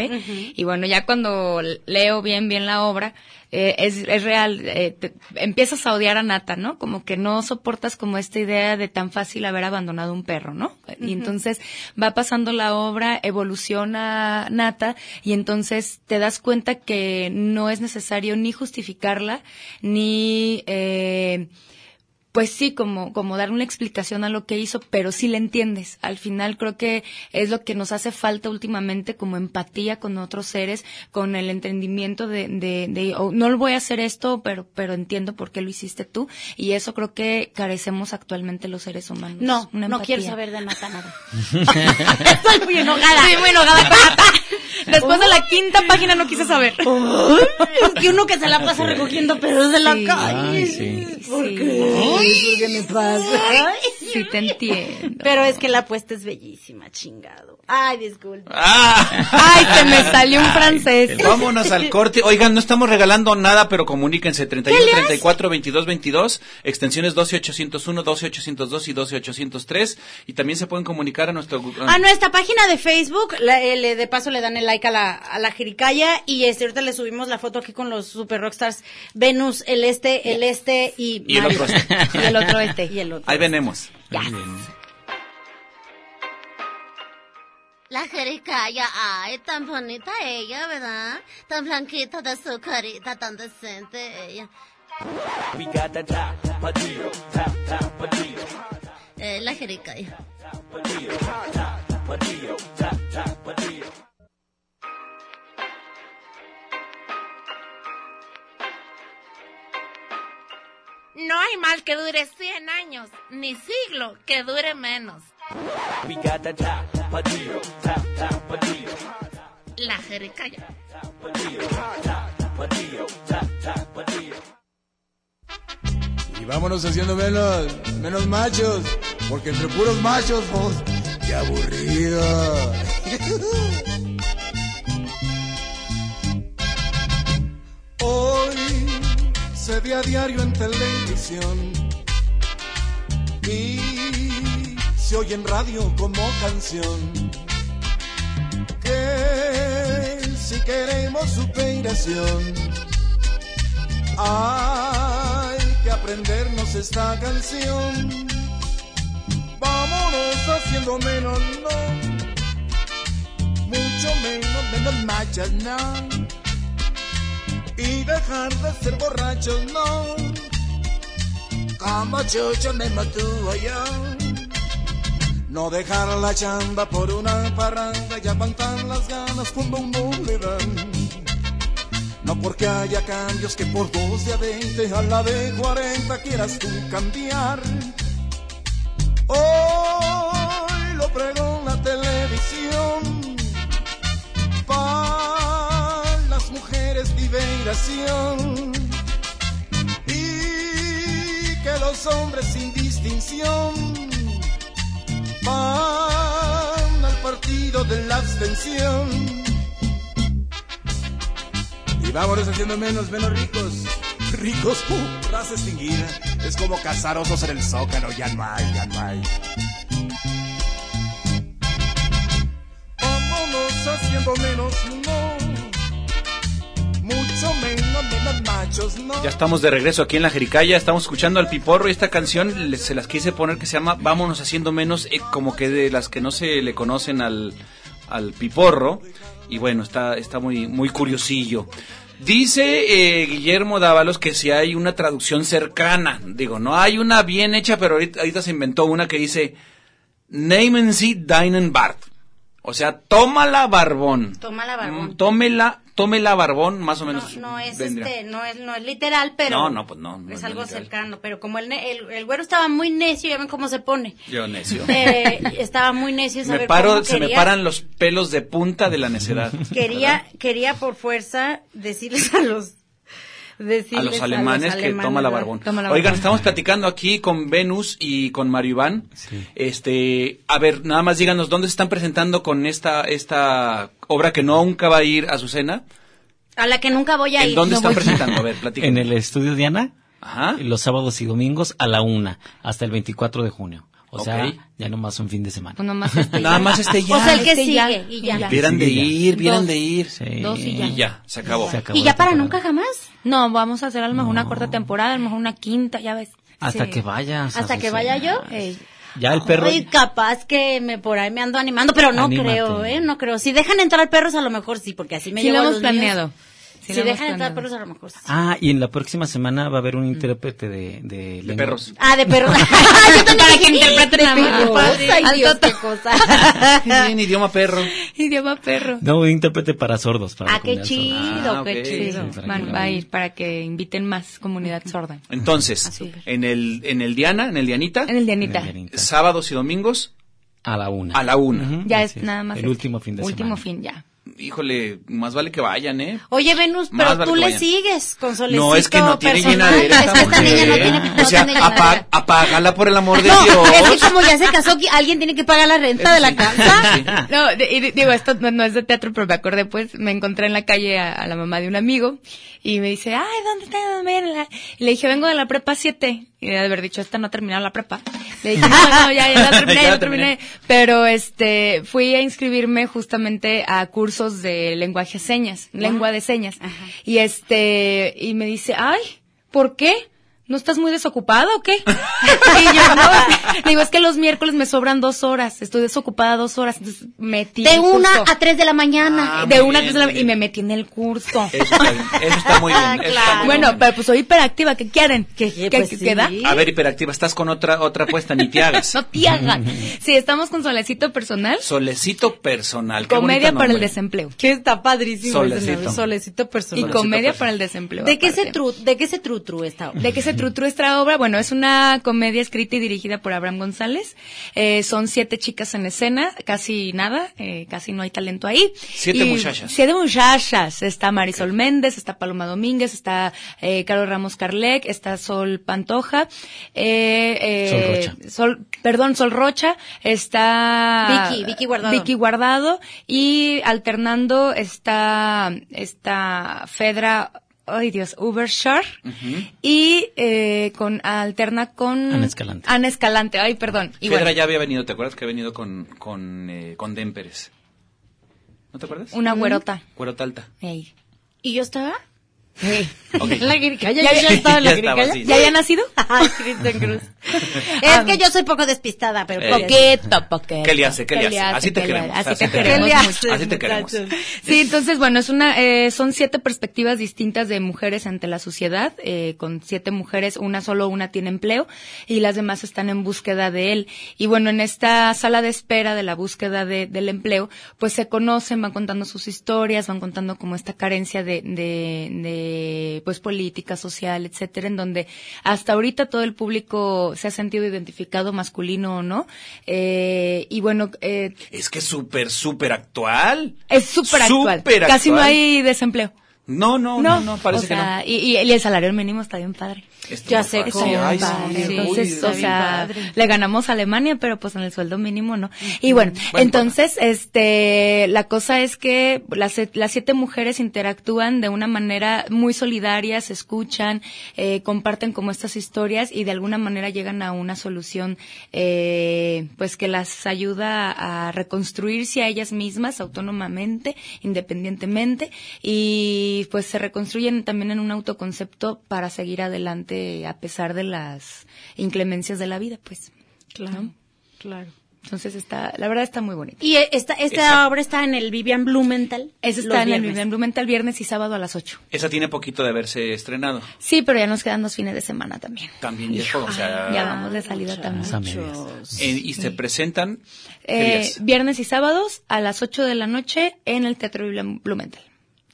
[SPEAKER 5] y bueno, ya cuando leo bien, bien la obra, eh, es, es real. eh, te- empiezas a odiar a Nata, ¿no? Como que no soportas como esta idea de tan fácil haber abandonado un perro, ¿no? Y entonces va pasando la obra, evoluciona Nata y entonces te das cuenta que no es necesario ni justificarla ni... Eh, pues sí, como, como dar una explicación a lo que hizo, pero sí le entiendes. Al final creo que es lo que nos hace falta últimamente como empatía con otros seres, con el entendimiento de, de, de, oh, no lo voy a hacer esto, pero, pero entiendo por qué lo hiciste tú. Y eso creo que carecemos actualmente los seres humanos.
[SPEAKER 3] No,
[SPEAKER 5] Pues, Una
[SPEAKER 3] no
[SPEAKER 5] empatía.
[SPEAKER 3] quiero saber de Nata nada. Estoy muy enojada.
[SPEAKER 5] Estoy muy enojada con Nata. Después de la quinta página no quise saber.
[SPEAKER 3] Es que uno que se la pasa recogiendo pedos de la
[SPEAKER 5] Sí.
[SPEAKER 3] calle.
[SPEAKER 6] Ay, sí.
[SPEAKER 3] ¿Por
[SPEAKER 5] Sí.
[SPEAKER 3] qué? ¿Qué me pasa?
[SPEAKER 5] Sí, te entiendo.
[SPEAKER 3] Pero es que la apuesta es bellísima, chingado. Ay, disculpa.
[SPEAKER 2] ¡Ah!
[SPEAKER 5] Ay, se me salió un francés.
[SPEAKER 2] Vámonos al corte. Oigan, no estamos regalando nada, pero comuníquense 31 34 22 22, extensiones 12 801, 12 802 y 12 803 y también se pueden comunicar a nuestro gu-
[SPEAKER 3] A nuestra página de Facebook, la- eh, le- de paso le dan el like a la, a la jericaya y este, ahorita le subimos la foto aquí con los super rockstars Venus, el este, el este y,
[SPEAKER 2] Y el otro este.
[SPEAKER 5] Y el otro este.
[SPEAKER 3] Y el otro.
[SPEAKER 2] Ahí venemos.
[SPEAKER 7] La jericaya, ay, tan bonita ella, ¿verdad? Tan blanquita de su carita, tan decente ella. Eh, la jericaya. No hay mal que dure 100 años, ni siglo que dure menos. La jericaya.
[SPEAKER 8] Y vámonos haciendo menos, menos machos, porque entre puros machos, vos, qué aburrido. Hoy se ve a diario en televisión y se oye en radio como canción. Que si queremos superación. Hay que aprendernos esta canción. Vámonos haciendo menos, no. Mucho menos, menos machas, no. Y dejar de ser borrachos, no. Como chucho, menos tú o yo. No dejar la chamba por una parranda y aguantar las ganas cuando uno le dan. No porque haya cambios que por dos de a 20 a la de 40 quieras tú cambiar. Hoy lo pregó la televisión. Para las mujeres liberación. Y que los hombres sin distinción van al partido de la abstención. Y vámonos haciendo menos, menos ricos. Ricos, uh, raza extinguida. Es como cazar osos en el zócalo, ya no hay, ya no hay. Vámonos haciendo menos, no. Mucho menos, menos machos, no.
[SPEAKER 2] Ya estamos de regreso aquí en la Jericaya, estamos escuchando al Piporro y esta canción le- se las quise poner que se llama Vámonos haciendo menos, eh, como que de las que no se le conocen al, al Piporro. Y bueno, está, está muy, muy curiosillo. Dice eh, Guillermo Dávalos que si hay una traducción cercana, digo, no hay una bien hecha, pero ahorita, ahorita se inventó una que dice Nehmen Sie deinen Bart. O sea, tómala barbón.
[SPEAKER 3] Toma la barbón.
[SPEAKER 2] Mm, Tómela, tómela barbón, más o
[SPEAKER 3] No,
[SPEAKER 2] menos.
[SPEAKER 3] no es
[SPEAKER 2] vendría.
[SPEAKER 3] este, no es, no es literal, pero
[SPEAKER 2] No, no, pues no, no
[SPEAKER 3] es
[SPEAKER 2] es
[SPEAKER 3] algo
[SPEAKER 2] literal.
[SPEAKER 3] cercano. Pero como el, ne- el, el güero estaba muy necio, ya ven cómo se pone.
[SPEAKER 2] Yo necio.
[SPEAKER 3] Eh, estaba muy necio. en
[SPEAKER 2] me
[SPEAKER 3] saber
[SPEAKER 2] paro,
[SPEAKER 3] cómo
[SPEAKER 2] se me
[SPEAKER 3] quería-
[SPEAKER 2] paran los pelos de punta de la necedad.
[SPEAKER 3] Quería, quería por fuerza decirles a los, decirles
[SPEAKER 2] a los alemanes que toma la
[SPEAKER 3] ¿verdad?
[SPEAKER 2] barbón.
[SPEAKER 5] Toma la
[SPEAKER 2] Oigan,
[SPEAKER 5] barbón.
[SPEAKER 2] estamos platicando aquí con Venus y con Mario Iván. Este, a ver, nada más díganos dónde se están presentando con esta esta obra que nunca va a ir a su cena.
[SPEAKER 3] A la que nunca voy a
[SPEAKER 2] ¿En
[SPEAKER 3] ir.
[SPEAKER 2] dónde
[SPEAKER 3] no
[SPEAKER 2] están
[SPEAKER 3] voy.
[SPEAKER 2] presentando? A ver,
[SPEAKER 6] En
[SPEAKER 2] platiquen.
[SPEAKER 6] el estudio Diana,
[SPEAKER 3] Ah.
[SPEAKER 2] Ajá.
[SPEAKER 6] los sábados y domingos a la una, hasta el 24 de junio. O
[SPEAKER 2] Ok.
[SPEAKER 6] sea, ya nomás un fin de semana.
[SPEAKER 5] Pues nomás este
[SPEAKER 2] Nada más este ya.
[SPEAKER 3] O sea, el que
[SPEAKER 5] Este
[SPEAKER 3] sigue
[SPEAKER 5] ya,
[SPEAKER 3] y ya.
[SPEAKER 5] ya.
[SPEAKER 2] Vieran de
[SPEAKER 6] Sí, ya.
[SPEAKER 2] ir, vieran de ir.
[SPEAKER 6] Sí.
[SPEAKER 5] Dos y ya.
[SPEAKER 2] Y ya, se acabó.
[SPEAKER 6] Se acabó
[SPEAKER 3] Y ya
[SPEAKER 6] la
[SPEAKER 3] para
[SPEAKER 6] temporada.
[SPEAKER 3] nunca jamás.
[SPEAKER 5] No, vamos a hacer a lo mejor una cuarta temporada, a lo mejor una quinta, ya ves.
[SPEAKER 6] Hasta
[SPEAKER 5] Sí.
[SPEAKER 6] que vayas.
[SPEAKER 3] Hasta que
[SPEAKER 6] Azucena.
[SPEAKER 3] vaya yo. eh,
[SPEAKER 5] Ey.
[SPEAKER 6] Ya el perro.
[SPEAKER 3] Ay, capaz que me por ahí me ando animando, pero no
[SPEAKER 6] Anímate.
[SPEAKER 3] creo, ¿eh? No creo. Si dejan entrar perros, a lo mejor sí, porque así me
[SPEAKER 5] Sí
[SPEAKER 3] llevo
[SPEAKER 5] lo
[SPEAKER 3] a
[SPEAKER 5] hemos
[SPEAKER 3] los míos.
[SPEAKER 5] planeado. Sí
[SPEAKER 3] si
[SPEAKER 5] lo hemos
[SPEAKER 3] dejan entrar
[SPEAKER 5] planeado.
[SPEAKER 3] perros, a lo mejor sí.
[SPEAKER 6] Ah, y en la próxima semana va a haber un
[SPEAKER 3] Mm.
[SPEAKER 6] intérprete de... De,
[SPEAKER 2] De
[SPEAKER 6] lengua.
[SPEAKER 2] perros.
[SPEAKER 3] Ah, de perros.
[SPEAKER 5] Para que interpreten a
[SPEAKER 3] Ay, Dios, qué cosa.
[SPEAKER 2] En idioma perro.
[SPEAKER 5] Idioma perro.
[SPEAKER 6] No, un intérprete para sordos. Para la
[SPEAKER 3] ah, qué
[SPEAKER 6] comunidad sorda.
[SPEAKER 3] chido,
[SPEAKER 2] Ah,
[SPEAKER 3] qué
[SPEAKER 2] ok.
[SPEAKER 5] Sí,
[SPEAKER 3] chido.
[SPEAKER 6] para
[SPEAKER 5] van-
[SPEAKER 6] que
[SPEAKER 5] va a
[SPEAKER 6] lo-
[SPEAKER 5] ir para que inviten más comunidad sorda.
[SPEAKER 2] Entonces,
[SPEAKER 5] Así.
[SPEAKER 2] en el en el Diana, en el Dianita,
[SPEAKER 5] En el
[SPEAKER 6] Ah,
[SPEAKER 5] Dianita.
[SPEAKER 6] Margarita.
[SPEAKER 2] sábados y domingos
[SPEAKER 6] A la una.
[SPEAKER 2] a la una.
[SPEAKER 6] Ujú,
[SPEAKER 5] Ya es
[SPEAKER 6] así
[SPEAKER 5] nada más.
[SPEAKER 6] El
[SPEAKER 5] este.
[SPEAKER 6] último fin de
[SPEAKER 5] Último
[SPEAKER 6] semana.
[SPEAKER 5] fin, ya.
[SPEAKER 2] Híjole, más vale que vayan, ¿eh?
[SPEAKER 3] Oye, Venus,
[SPEAKER 2] Más
[SPEAKER 3] pero
[SPEAKER 2] vale
[SPEAKER 3] tú
[SPEAKER 2] que
[SPEAKER 3] le
[SPEAKER 2] vayan.
[SPEAKER 3] sigues con solecito
[SPEAKER 2] No, es que no tiene
[SPEAKER 3] personal.
[SPEAKER 2] llenadera.
[SPEAKER 3] Es que esta niña no tiene, no
[SPEAKER 2] ¿eh? o sea,
[SPEAKER 3] tiene llenadera.
[SPEAKER 2] apa- apágala por el amor de
[SPEAKER 3] No,
[SPEAKER 2] Dios.
[SPEAKER 3] es que como ya se casó, que alguien tiene que pagar la renta de la casa.
[SPEAKER 5] No, de- y de- digo, esto no, no es de teatro, pero me acordé, pues, me encontré en la calle a, a la mamá de un amigo y me dice, ay, ¿dónde está Daniela? Y le dije, vengo de la prepa 7. Y de haber dicho, esta no ha terminado la prepa. Le dije, no, no, ya, ya la terminé, ya la terminé. Pero, este, fui a inscribirme justamente a cursos de lenguaje señas, lengua de señas. Y este, y me dice, ay, ¿por qué? ¿No estás muy desocupado o qué? Y yo, no. Digo, es que los miércoles me sobran dos horas. Estoy desocupada dos horas. Entonces metí.
[SPEAKER 3] De
[SPEAKER 5] el
[SPEAKER 3] una
[SPEAKER 5] curso.
[SPEAKER 3] a tres de la mañana.
[SPEAKER 2] Ah,
[SPEAKER 5] De
[SPEAKER 2] muy
[SPEAKER 5] una a tres
[SPEAKER 2] bien,
[SPEAKER 5] de la
[SPEAKER 2] muy
[SPEAKER 5] Y me
[SPEAKER 2] bien.
[SPEAKER 5] metí en el curso.
[SPEAKER 2] Eso está, bien, eso está muy bien. eso está muy
[SPEAKER 5] Bueno,
[SPEAKER 2] bien.
[SPEAKER 5] pero pues soy hiperactiva. ¿Qué quieren? ¿Qué,
[SPEAKER 3] Sí,
[SPEAKER 5] qué,
[SPEAKER 3] pues
[SPEAKER 5] qué
[SPEAKER 3] sí.
[SPEAKER 5] queda?
[SPEAKER 2] A ver, hiperactiva, estás con otra otra puesta, ni te hagas.
[SPEAKER 5] No te hagan. Sí, estamos con Solecito Personal.
[SPEAKER 2] Solecito personal. qué
[SPEAKER 5] comedia
[SPEAKER 2] bonito
[SPEAKER 5] para el
[SPEAKER 2] nombre.
[SPEAKER 5] desempleo.
[SPEAKER 3] Que está padrísimo.
[SPEAKER 2] ese Solecito. nombre,
[SPEAKER 5] Y
[SPEAKER 3] personal.
[SPEAKER 5] comedia
[SPEAKER 2] Personal.
[SPEAKER 5] para el desempleo.
[SPEAKER 2] Ah,
[SPEAKER 3] ¿De qué, se
[SPEAKER 5] aparte.
[SPEAKER 3] tru, ¿De qué se tru tru esta obra?
[SPEAKER 5] ¿De qué se trutru esta obra? Bueno, es una comedia escrita y dirigida por Abraham González. Eh, son siete chicas en escena, casi nada, eh, casi no hay talento ahí.
[SPEAKER 2] Siete muchachas.
[SPEAKER 5] Siete muchachas. Está Marisol Méndez, está Paloma Domínguez, está eh, Carol Ramos Carlec, está Sol Pantoja, eh, eh,
[SPEAKER 6] Sol Rocha.
[SPEAKER 5] Sol- perdón, Sol Rocha, está
[SPEAKER 3] Vicky, Vicky Guardado.
[SPEAKER 5] Vicky Guardado y alternando está, está Fedra, ay Dios, Ubershar y eh, con alterna con
[SPEAKER 6] Ana Escalante.
[SPEAKER 5] Ana Escalante, ay perdón. Y
[SPEAKER 2] Fedra
[SPEAKER 5] bueno,
[SPEAKER 2] ya había venido, ¿te acuerdas que había venido con con eh, con Demperes? ¿No te acuerdas?
[SPEAKER 5] una güerota.
[SPEAKER 2] Cuero Talta.
[SPEAKER 5] Ey.
[SPEAKER 3] ¿Y yo estaba? La gricalla,
[SPEAKER 5] Ya
[SPEAKER 3] ya,
[SPEAKER 5] había-
[SPEAKER 3] estaba en la
[SPEAKER 6] Ya estaba,
[SPEAKER 3] gricalla.
[SPEAKER 6] sí, sí.
[SPEAKER 5] ¿Ya había nacido?
[SPEAKER 3] Ay, Cristian Cruz. Es que yo soy poco despistada, pero
[SPEAKER 2] Eh.
[SPEAKER 3] ¿cómo que-
[SPEAKER 5] Poquito, poquito.
[SPEAKER 2] ¿Qué le hace? ¿Qué le hace? Así te
[SPEAKER 5] ¿Qué le
[SPEAKER 2] queremos,
[SPEAKER 5] hace?
[SPEAKER 2] así
[SPEAKER 5] Así te
[SPEAKER 2] te
[SPEAKER 3] ¿Qué
[SPEAKER 5] queremos
[SPEAKER 3] le
[SPEAKER 5] mucho.
[SPEAKER 3] haces,
[SPEAKER 2] Así te queremos.
[SPEAKER 3] muchachos?
[SPEAKER 5] Sí, entonces, bueno, es una, eh, son siete perspectivas distintas de mujeres ante la sociedad. eh, con siete mujeres, una solo una tiene empleo y las demás están en búsqueda de él. Y bueno, en esta sala de espera de la búsqueda de- del empleo, pues se conocen, van contando sus historias, van contando como esta carencia de, de, de pues política, social, etcétera, en donde hasta ahorita todo el público se ha sentido identificado, masculino o no. Eh, y bueno, eh,
[SPEAKER 2] Es que es súper, súper actual.
[SPEAKER 5] es súper actual.
[SPEAKER 2] Súper
[SPEAKER 5] Casi no
[SPEAKER 2] actual.
[SPEAKER 5] hay desempleo.
[SPEAKER 2] No, no, no, no, parece
[SPEAKER 5] o sea, Y, y- y el salario mínimo está bien padre.
[SPEAKER 2] que no. Estuvo
[SPEAKER 3] ya sé
[SPEAKER 2] fácil.
[SPEAKER 3] cómo,
[SPEAKER 2] Sí, ay, sí,
[SPEAKER 3] padre.
[SPEAKER 2] uy,
[SPEAKER 5] entonces,
[SPEAKER 2] está
[SPEAKER 5] o
[SPEAKER 2] bien
[SPEAKER 5] sea,
[SPEAKER 2] padre.
[SPEAKER 5] le ganamos a Alemania, pero pues en el sueldo mínimo no. Y bueno,
[SPEAKER 2] Bueno, pues,
[SPEAKER 5] entonces, este, la cosa es que las, las siete mujeres interactúan de una manera muy solidaria, se escuchan, eh, comparten como estas historias y de alguna manera llegan a una solución, eh, pues que las ayuda a reconstruirse a ellas mismas autónomamente, independientemente y pues se reconstruyen también en un autoconcepto para seguir adelante a pesar de las inclemencias de la vida, pues. Claro, claro. Entonces está, la verdad está muy bonita.
[SPEAKER 3] Y eh, esta, esta obra está en el Vivian Blumenthal.
[SPEAKER 5] Esa
[SPEAKER 3] los
[SPEAKER 5] está en el
[SPEAKER 3] viernes.
[SPEAKER 5] Vivian Blumenthal viernes y sábado a las 8.
[SPEAKER 2] Esa tiene poquito de haberse estrenado.
[SPEAKER 5] Sí, pero ya nos quedan dos fines de semana también.
[SPEAKER 2] También ya es por- o sea,
[SPEAKER 5] Ya vamos de salida también.
[SPEAKER 6] a medias.
[SPEAKER 2] eh, y se presentan ¿qué
[SPEAKER 5] Eh,
[SPEAKER 2] días?
[SPEAKER 5] viernes y sábados a las 8 de la noche en el Teatro Blumen- Blumenthal.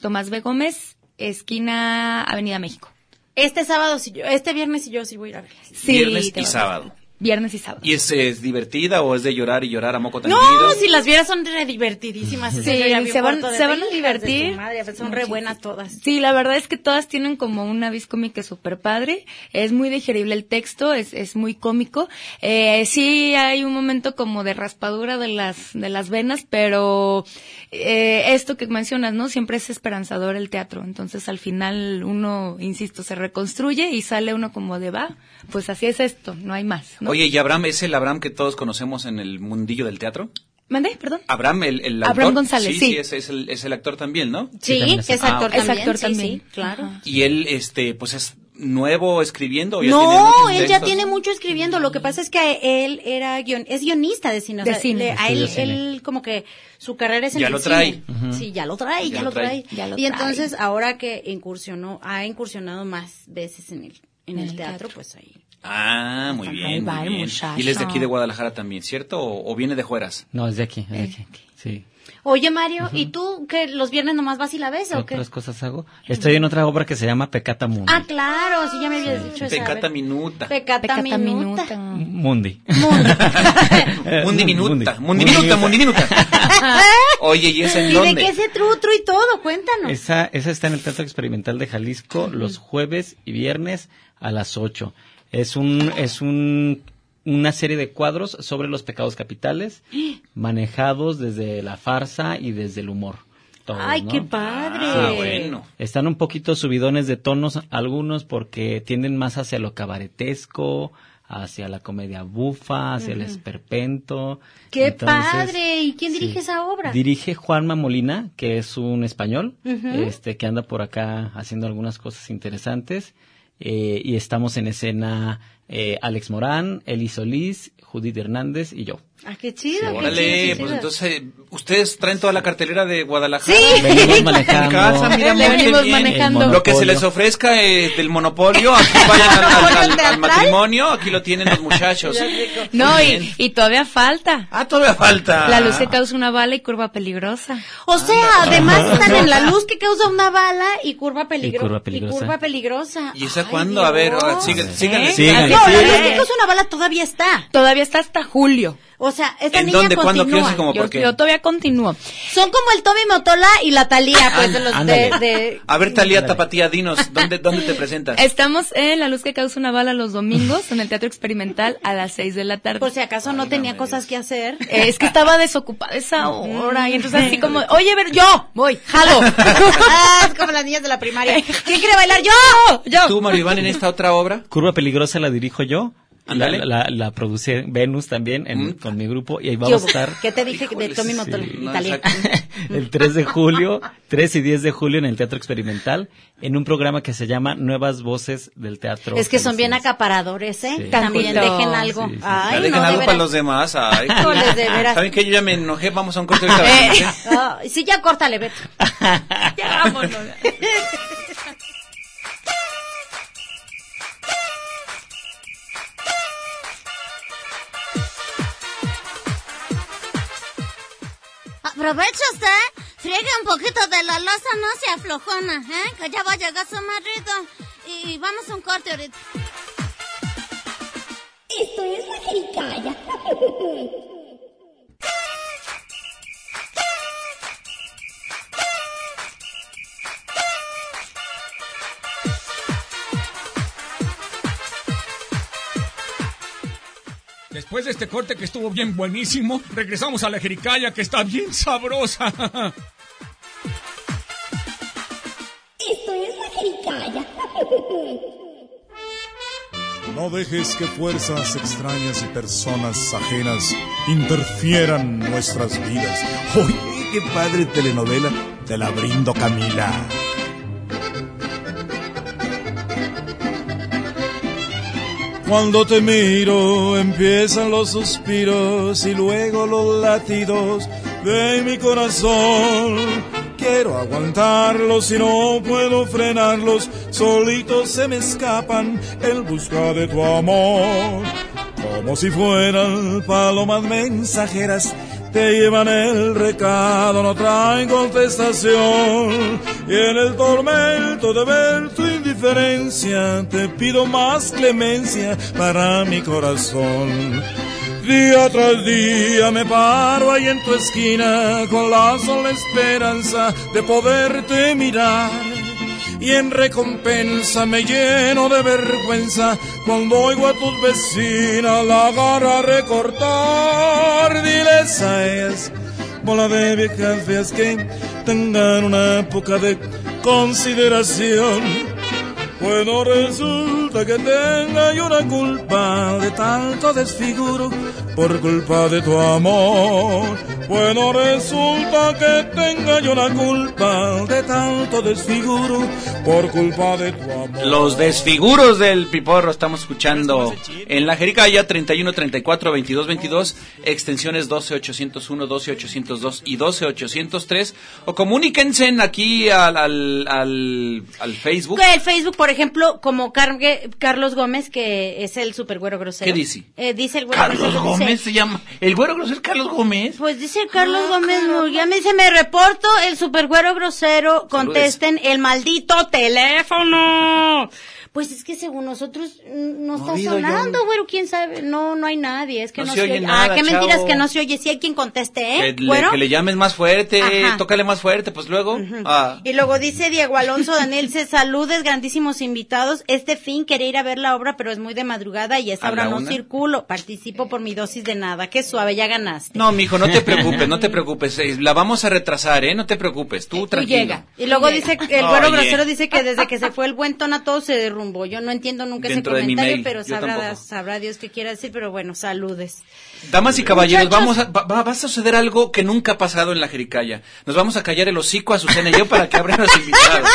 [SPEAKER 5] Tomás B. Gómez, esquina Avenida México.
[SPEAKER 3] Este sábado, sí yo, este viernes y yo sí voy a ir a verla.
[SPEAKER 5] Sí,
[SPEAKER 2] Viernes
[SPEAKER 5] te
[SPEAKER 2] y
[SPEAKER 5] va a
[SPEAKER 2] sábado.
[SPEAKER 5] gustar. Viernes y sábado.
[SPEAKER 2] ¿Y es, es divertida o es de llorar y llorar a moco tan
[SPEAKER 3] No, si las vieras son re divertidísimas.
[SPEAKER 5] Sí,
[SPEAKER 3] Yo ya vi un
[SPEAKER 5] se van-
[SPEAKER 3] cuarto de
[SPEAKER 5] se van a
[SPEAKER 3] hijas de
[SPEAKER 5] divertir
[SPEAKER 3] su madre, son re
[SPEAKER 5] muchísimo.
[SPEAKER 3] buenas todas.
[SPEAKER 5] Sí, la verdad es que todas tienen como una vis cómica súper padre. Es muy digerible el texto, es, es muy cómico. Eh, sí hay un momento como de raspadura de las, de las venas, pero eh, esto que mencionas, ¿no? Siempre es esperanzador el teatro. Entonces al final uno, insisto, se reconstruye y sale uno como de va, pues así es esto, no hay más. ¿no?
[SPEAKER 2] Oye, ¿y Abraham es el Abraham que todos conocemos en el mundillo del teatro?
[SPEAKER 5] ¿Mandé? Perdón.
[SPEAKER 2] Abraham, el, el
[SPEAKER 5] Abraham
[SPEAKER 2] autor.
[SPEAKER 5] González,
[SPEAKER 2] Sí,
[SPEAKER 5] sí.
[SPEAKER 2] es, es el, es el actor también, ¿no?
[SPEAKER 3] Sí,
[SPEAKER 6] también
[SPEAKER 3] es
[SPEAKER 6] es-
[SPEAKER 2] ah,
[SPEAKER 3] actor
[SPEAKER 2] ok.
[SPEAKER 5] Es
[SPEAKER 3] también.
[SPEAKER 5] actor
[SPEAKER 3] sí,
[SPEAKER 5] también.
[SPEAKER 3] sí, claro.
[SPEAKER 5] Ajá.
[SPEAKER 2] Y él, este, pues es nuevo escribiendo. ¿o ya tiene
[SPEAKER 3] No,
[SPEAKER 2] muchos
[SPEAKER 3] él ya
[SPEAKER 2] textos?
[SPEAKER 3] tiene mucho escribiendo. Lo que pasa es que él era guion, es guionista de cine. o
[SPEAKER 5] De
[SPEAKER 3] sea,
[SPEAKER 5] cine.
[SPEAKER 3] le- a él,
[SPEAKER 6] Estudió cine.
[SPEAKER 3] él como que su carrera es en
[SPEAKER 2] Ya
[SPEAKER 3] el
[SPEAKER 2] lo trae.
[SPEAKER 3] cine. Sí, ya lo trae, ya, lo trae.
[SPEAKER 5] Ya lo
[SPEAKER 3] y
[SPEAKER 5] trae.
[SPEAKER 3] entonces ahora que incursionó, ha incursionado más veces en el en el teatro, pues ahí.
[SPEAKER 2] Ah, muy
[SPEAKER 5] Ahí
[SPEAKER 2] bien.
[SPEAKER 5] va
[SPEAKER 2] muy
[SPEAKER 5] el
[SPEAKER 2] bien.
[SPEAKER 5] muchacho.
[SPEAKER 2] Y él es de aquí de Guadalajara también, ¿cierto? ¿O, o viene de Jueras?
[SPEAKER 6] No, es de aquí, es de
[SPEAKER 3] Eh,
[SPEAKER 6] aquí. Sí.
[SPEAKER 3] Oye Mario, ¿y tú que los viernes nomás vas y la ves o qué?
[SPEAKER 6] otras cosas hago? Estoy en otra obra que se llama Pecata Mundi.
[SPEAKER 3] Ah, claro, sí ya me habías dicho esa. a
[SPEAKER 2] Pecata
[SPEAKER 3] ver.
[SPEAKER 2] minuta.
[SPEAKER 3] Pecata,
[SPEAKER 5] Pecata
[SPEAKER 3] minuta.
[SPEAKER 5] minuta.
[SPEAKER 6] Mundi. Eh,
[SPEAKER 2] Mundi minuta. Mundi minuta, mundi minuta. Oye, ¿y es en
[SPEAKER 3] ¿Y de
[SPEAKER 2] dónde?
[SPEAKER 3] qué se trutro y todo? Cuéntanos.
[SPEAKER 6] Esa, esa está en el Teatro Experimental de Jalisco los jueves y viernes a las 8. Es un, es un, una serie de cuadros sobre los pecados capitales manejados desde la farsa y desde el humor. Todos,
[SPEAKER 3] Ay,
[SPEAKER 6] ¿no?
[SPEAKER 3] qué padre.
[SPEAKER 2] Ah, bueno.
[SPEAKER 6] Están un poquito subidones de tonos algunos porque tienden más hacia lo cabaretesco, hacia la comedia bufa, hacia el esperpento.
[SPEAKER 3] ¡Qué
[SPEAKER 6] Entonces,
[SPEAKER 3] padre! ¿Y quién dirige esa obra?
[SPEAKER 6] Dirige Juanma Molina, que es un español, este que anda por acá haciendo algunas cosas interesantes. Eh, y estamos en escena eh, Alex Morán, Eli Solís, Judith Hernández y yo.
[SPEAKER 3] Ah, qué chido. qué chido,
[SPEAKER 2] Órale,
[SPEAKER 3] qué
[SPEAKER 2] pues
[SPEAKER 3] chido.
[SPEAKER 2] entonces, eh, ¿ustedes traen toda la cartelera de Guadalajara?
[SPEAKER 6] Venimos
[SPEAKER 2] En
[SPEAKER 6] manejando.
[SPEAKER 2] casa, mira,
[SPEAKER 5] Le
[SPEAKER 2] muy
[SPEAKER 5] venimos
[SPEAKER 2] bien.
[SPEAKER 5] manejando.
[SPEAKER 2] Lo que se les ofrezca eh, del monopolio, aquí vayan al, al- al- al matrimonio, aquí lo tienen los muchachos.
[SPEAKER 5] No,
[SPEAKER 2] Muy bien.
[SPEAKER 5] y, y todavía falta.
[SPEAKER 2] Ah, todavía falta.
[SPEAKER 5] La luz que causa una bala y curva peligrosa.
[SPEAKER 6] Ah,
[SPEAKER 3] O sea, además están en la luz que causa una bala y curva, peligro-
[SPEAKER 6] Y curva peligrosa.
[SPEAKER 3] Y curva peligrosa.
[SPEAKER 2] ¿Y esa
[SPEAKER 3] Ay,
[SPEAKER 2] cuándo? A ver,
[SPEAKER 3] Dios. ¿Eh? Ah,
[SPEAKER 2] ahora sigan- síganle.
[SPEAKER 6] Sí,
[SPEAKER 3] No,
[SPEAKER 6] Síganle.
[SPEAKER 3] la
[SPEAKER 5] Sí.
[SPEAKER 3] luz que causa una bala todavía está.
[SPEAKER 5] Todavía está hasta julio.
[SPEAKER 3] O sea, esta
[SPEAKER 2] ¿En
[SPEAKER 3] niña
[SPEAKER 2] dónde? ¿Cuándo?
[SPEAKER 3] continúa.
[SPEAKER 2] Piensa como-
[SPEAKER 5] Yo,
[SPEAKER 2] por qué?
[SPEAKER 5] yo todavía continúo.
[SPEAKER 3] Son como el Tommy Motola y la Talía,
[SPEAKER 2] Ah,
[SPEAKER 3] pues de los de,
[SPEAKER 6] ándale.
[SPEAKER 3] de-
[SPEAKER 2] A ver, Talía Tapatía, dinos, ¿dónde, dónde te presentas?
[SPEAKER 5] Estamos en La Luz que causa una bala los domingos en el Teatro Experimental a las 6 de la tarde.
[SPEAKER 3] por si acaso no tenía cosas que hacer.
[SPEAKER 5] Eh, es que estaba desocupada esa hora y entonces así como, oye, ver, yo voy, jalo.
[SPEAKER 3] Ah, es como las niñas de la primaria. ¿Quién quiere bailar? Yo.
[SPEAKER 5] yo.
[SPEAKER 2] ¿Tú, Mario Iván, en esta otra obra?
[SPEAKER 6] Curva Peligrosa la dirijo yo. La,
[SPEAKER 2] Ándale.
[SPEAKER 6] la- la produce Venus también en-
[SPEAKER 3] Mm.
[SPEAKER 6] con mi grupo y
[SPEAKER 3] ¿Qué
[SPEAKER 6] ahí vamos a
[SPEAKER 3] hubo?
[SPEAKER 6] estar
[SPEAKER 3] ¿Qué te dije
[SPEAKER 2] Pues,
[SPEAKER 3] de Tommy Motola?
[SPEAKER 6] sí.
[SPEAKER 3] Italiano.
[SPEAKER 6] el 3 de julio, 3 y 10 de julio en el Teatro Experimental, en un programa que se llama Nuevas Voces del Teatro.
[SPEAKER 3] Es que son bien
[SPEAKER 6] Jalisciense.
[SPEAKER 3] acaparadores, ¿eh?
[SPEAKER 6] Sí.
[SPEAKER 3] También
[SPEAKER 5] Tantito.
[SPEAKER 3] dejen algo.
[SPEAKER 6] Sí, sí, sí.
[SPEAKER 3] Ay,
[SPEAKER 2] Ya
[SPEAKER 3] no,
[SPEAKER 2] dejen
[SPEAKER 3] de
[SPEAKER 2] algo para
[SPEAKER 3] veras.
[SPEAKER 2] los demás. Ay,
[SPEAKER 3] Híjoles, de veras.
[SPEAKER 2] ¿Saben qué? Yo ya me enojé. Vamos a un corte ahorita.
[SPEAKER 3] Eh,
[SPEAKER 2] regresamos, ¿eh?
[SPEAKER 3] ah, sí, ya córtale, Beto.
[SPEAKER 5] Ya vámonos.
[SPEAKER 4] Aprovecha usted, friegue un poquito de la losa, no se aflojona, ¿eh? Que ya va a llegar su marido. Y, y vamos a un corte ahorita. Esto es la jericaya.
[SPEAKER 9] Después de este corte que estuvo bien buenísimo, regresamos a la jericaya que está bien sabrosa.
[SPEAKER 4] Esto es la jericaya.
[SPEAKER 10] No dejes que fuerzas extrañas y personas ajenas interfieran nuestras vidas. Oye, qué padre telenovela. Te la brindo, Camila. Cuando te miro empiezan los suspiros y luego los latidos de mi corazón. Quiero aguantarlos y no puedo frenarlos, solitos se me escapan en busca de tu amor. Como si fueran palomas mensajeras, te llevan el recado, no traen contestación. Y en el tormento de ver tu indiferencia, te pido más clemencia para mi corazón. Día tras día me paro ahí en tu esquina con la sola esperanza de poderte mirar y en recompensa me lleno de vergüenza cuando oigo a tus vecinas la garra recortar. Diles a ellas, bola de viejas feas que tengan una poca de consideración. Bueno, resulta que tenga yo una culpa de tanto desfiguro por culpa de tu amor. Bueno, resulta que tenga yo una culpa de tanto desfiguro por culpa de tu amor.
[SPEAKER 2] Los desfiguros del Piporro estamos escuchando en la Jericaya 31 34 22 22 extensiones 12 801 12 802 y 12 803 o comuníquense aquí al al, al, al Facebook.
[SPEAKER 3] Que El Facebook, por ejemplo, como Car- que- Carlos Gómez, que es el super güero grosero.
[SPEAKER 2] ¿Qué dice?
[SPEAKER 3] Eh, dice el güero
[SPEAKER 2] Carlos
[SPEAKER 3] grosero, dice,
[SPEAKER 2] Gómez se llama. El güero grosero es Carlos Gómez.
[SPEAKER 3] Pues dice Carlos Gómez Murguía, me dice, me reporto, el supergüero grosero, contesten el maldito teléfono. Pues es que según nosotros mm, no,
[SPEAKER 2] No ha
[SPEAKER 3] está
[SPEAKER 2] habido,
[SPEAKER 3] sonando,
[SPEAKER 2] yo-
[SPEAKER 3] güero, quién sabe. No, no hay nadie, es que no, se oye.
[SPEAKER 2] nada,
[SPEAKER 3] ah, qué mentiras
[SPEAKER 2] chavo.
[SPEAKER 3] que no se oye, sí hay quien conteste, ¿eh?
[SPEAKER 2] Que, le,
[SPEAKER 3] Güero.
[SPEAKER 2] que le llames más fuerte,
[SPEAKER 3] Ajá.
[SPEAKER 2] tócale más fuerte, pues luego. ah.
[SPEAKER 3] Y luego dice Diego Alonso Daniel, se saludes, grandísimos invitados. Este fin quería ir a ver la obra, pero es muy de madrugada y a esta
[SPEAKER 2] ¿A
[SPEAKER 3] hora
[SPEAKER 2] la
[SPEAKER 3] no
[SPEAKER 2] una?
[SPEAKER 3] circulo. Participo por mi dosis de nada. Qué suave, ya ganaste.
[SPEAKER 2] No, mijo, no te preocupes, no te preocupes. eh, La vamos a retrasar, ¿eh? No te preocupes, tú tranquilo.
[SPEAKER 3] llega. Y luego dice, que el güero
[SPEAKER 2] Oye.
[SPEAKER 3] grosero dice que desde que se fue el buen tono todo se derrumbó. Yo no entiendo nunca
[SPEAKER 2] Dentro
[SPEAKER 3] ese
[SPEAKER 2] de mi
[SPEAKER 3] comentario,
[SPEAKER 2] mail,
[SPEAKER 3] pero
[SPEAKER 2] yo
[SPEAKER 3] sabrá,
[SPEAKER 2] tampoco.
[SPEAKER 3] sabrá Dios qué quiera decir, pero bueno, saludes.
[SPEAKER 2] Damas y caballeros,
[SPEAKER 3] Muchachos.
[SPEAKER 2] vamos a, va, va- va a suceder algo que nunca ha pasado en la Jericaya. Nos vamos a callar el hocico a Susana y yo para que abran los invitados.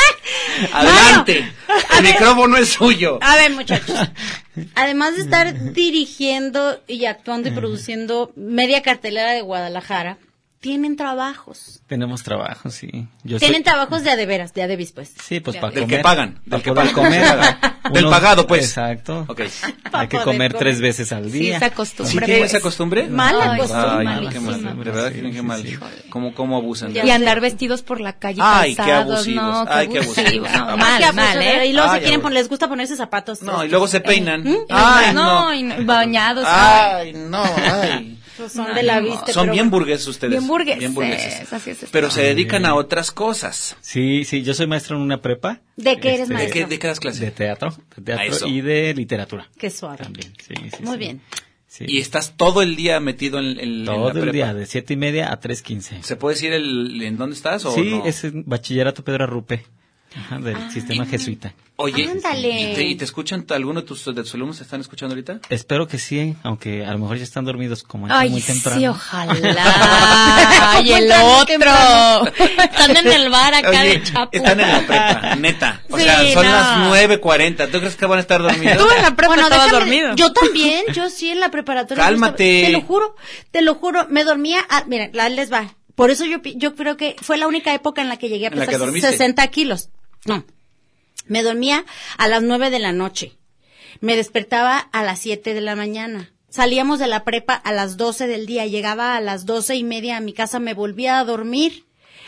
[SPEAKER 2] Adelante.
[SPEAKER 3] Mario.
[SPEAKER 2] El micrófono es suyo.
[SPEAKER 5] Ah.
[SPEAKER 3] A ver, muchachos. Además de estar dirigiendo y actuando y produciendo media cartelera de Guadalajara, tienen trabajos.
[SPEAKER 6] Tenemos trabajo, sí. Yo
[SPEAKER 3] Tienen
[SPEAKER 6] soy-
[SPEAKER 3] trabajos de a de veras, de a de bis, pues.
[SPEAKER 6] Sí, pues
[SPEAKER 3] De
[SPEAKER 6] para
[SPEAKER 2] Del
[SPEAKER 6] comer.
[SPEAKER 2] que pagan,
[SPEAKER 6] Para
[SPEAKER 2] del que
[SPEAKER 6] poder
[SPEAKER 2] pagan. Del pagado, pues.
[SPEAKER 6] Exacto.
[SPEAKER 2] Ok.
[SPEAKER 3] Pa'
[SPEAKER 6] Hay que
[SPEAKER 3] poder
[SPEAKER 6] comer
[SPEAKER 3] comer.
[SPEAKER 6] tres veces al
[SPEAKER 5] Sí,
[SPEAKER 6] día.
[SPEAKER 5] esa costumbre.
[SPEAKER 2] ¿Sí tiene
[SPEAKER 5] pues.
[SPEAKER 2] esa costumbre?
[SPEAKER 3] Mala
[SPEAKER 5] Ay,
[SPEAKER 3] costumbre,
[SPEAKER 2] Ay,
[SPEAKER 5] malísima.
[SPEAKER 2] qué mal. De verdad,
[SPEAKER 6] Sí,
[SPEAKER 2] qué
[SPEAKER 6] sí,
[SPEAKER 2] mal.
[SPEAKER 6] sí.
[SPEAKER 2] ¿Cómo, cómo abusan? de
[SPEAKER 3] Ya
[SPEAKER 5] Y
[SPEAKER 2] eso?
[SPEAKER 5] andar vestidos por la calle
[SPEAKER 2] Ay, qué
[SPEAKER 5] calzados,
[SPEAKER 2] abusivos,
[SPEAKER 5] no,
[SPEAKER 2] ay, qué
[SPEAKER 5] abusivo,
[SPEAKER 2] abusivos.
[SPEAKER 5] no,
[SPEAKER 2] Ay,
[SPEAKER 5] mal,
[SPEAKER 3] qué abuso,
[SPEAKER 5] mal,
[SPEAKER 3] pero-
[SPEAKER 5] ¿eh?
[SPEAKER 3] Y luego se
[SPEAKER 2] Ay,
[SPEAKER 3] quieren
[SPEAKER 2] abuso.
[SPEAKER 3] poner, les gusta ponerse zapatos.
[SPEAKER 2] No, y luego se peinan.
[SPEAKER 3] ¿Mm?
[SPEAKER 2] Ay,
[SPEAKER 5] no,
[SPEAKER 2] no.
[SPEAKER 5] y no- bañados, no.
[SPEAKER 2] Ay, no, ay.
[SPEAKER 3] Pues son de la
[SPEAKER 5] no.
[SPEAKER 3] vista. pero
[SPEAKER 2] Son bien
[SPEAKER 3] bueno.
[SPEAKER 2] burgueses ustedes.
[SPEAKER 5] Bien burgueses,
[SPEAKER 2] Bien burgueses.
[SPEAKER 5] así es esto.
[SPEAKER 2] Pero se dedican a otras cosas.
[SPEAKER 6] Sí, sí, yo soy maestro en una prepa.
[SPEAKER 3] ¿De qué eres
[SPEAKER 6] Este,
[SPEAKER 2] ¿De
[SPEAKER 3] maestro?
[SPEAKER 2] qué, de qué das clase?
[SPEAKER 6] De teatro, de
[SPEAKER 2] Ah, eso.
[SPEAKER 6] teatro y de literatura.
[SPEAKER 3] Qué suave.
[SPEAKER 6] También, sí, sí,
[SPEAKER 3] Muy
[SPEAKER 6] sí.
[SPEAKER 3] bien.
[SPEAKER 6] Sí.
[SPEAKER 2] Y estás todo el día metido en, en- en la
[SPEAKER 6] Todo el
[SPEAKER 2] prepa.
[SPEAKER 6] día, de siete y media a 3.15.
[SPEAKER 2] ¿Se puede decir el, en dónde estás o
[SPEAKER 6] Sí,
[SPEAKER 2] no?
[SPEAKER 6] es en bachillerato Pedro Arrupe. Ajá, del sistema jesuita.
[SPEAKER 2] Oye,
[SPEAKER 3] Ándale.
[SPEAKER 2] ¿y te, y te escuchan alguno de tus, de tus alumnos? ¿Te están escuchando ahorita?
[SPEAKER 6] Espero que sí, aunque a lo mejor ya están dormidos como entra
[SPEAKER 5] Ay,
[SPEAKER 6] muy temprano.
[SPEAKER 5] sí, ojalá. Ay, el otro. Están en el bar acá
[SPEAKER 2] Oye,
[SPEAKER 5] de Chapu.
[SPEAKER 2] están en la prepa, neta. O
[SPEAKER 5] Sí,
[SPEAKER 2] sea, son
[SPEAKER 5] no.
[SPEAKER 2] las 9.40. ¿Tú crees que van a estar dormidos?
[SPEAKER 5] Tú en la prepa estabas
[SPEAKER 3] déjame-
[SPEAKER 5] dormido.
[SPEAKER 3] Yo también, yo sí en la preparatoria.
[SPEAKER 2] Cálmate.
[SPEAKER 3] yo estaba- te lo juro, te lo juro, me dormía, a, mira, la- les va. Por eso yo, pi- yo creo que fue la única época en la que llegué a
[SPEAKER 2] En la
[SPEAKER 3] pesar
[SPEAKER 2] que dormiste.
[SPEAKER 3] 60 kilos. No. Me dormía a las 9 de la noche. Me despertaba a las 7 de la mañana. Salíamos de la prepa a las 12 del día. Llegaba a las 12 y media a mi casa, me volvía a dormir.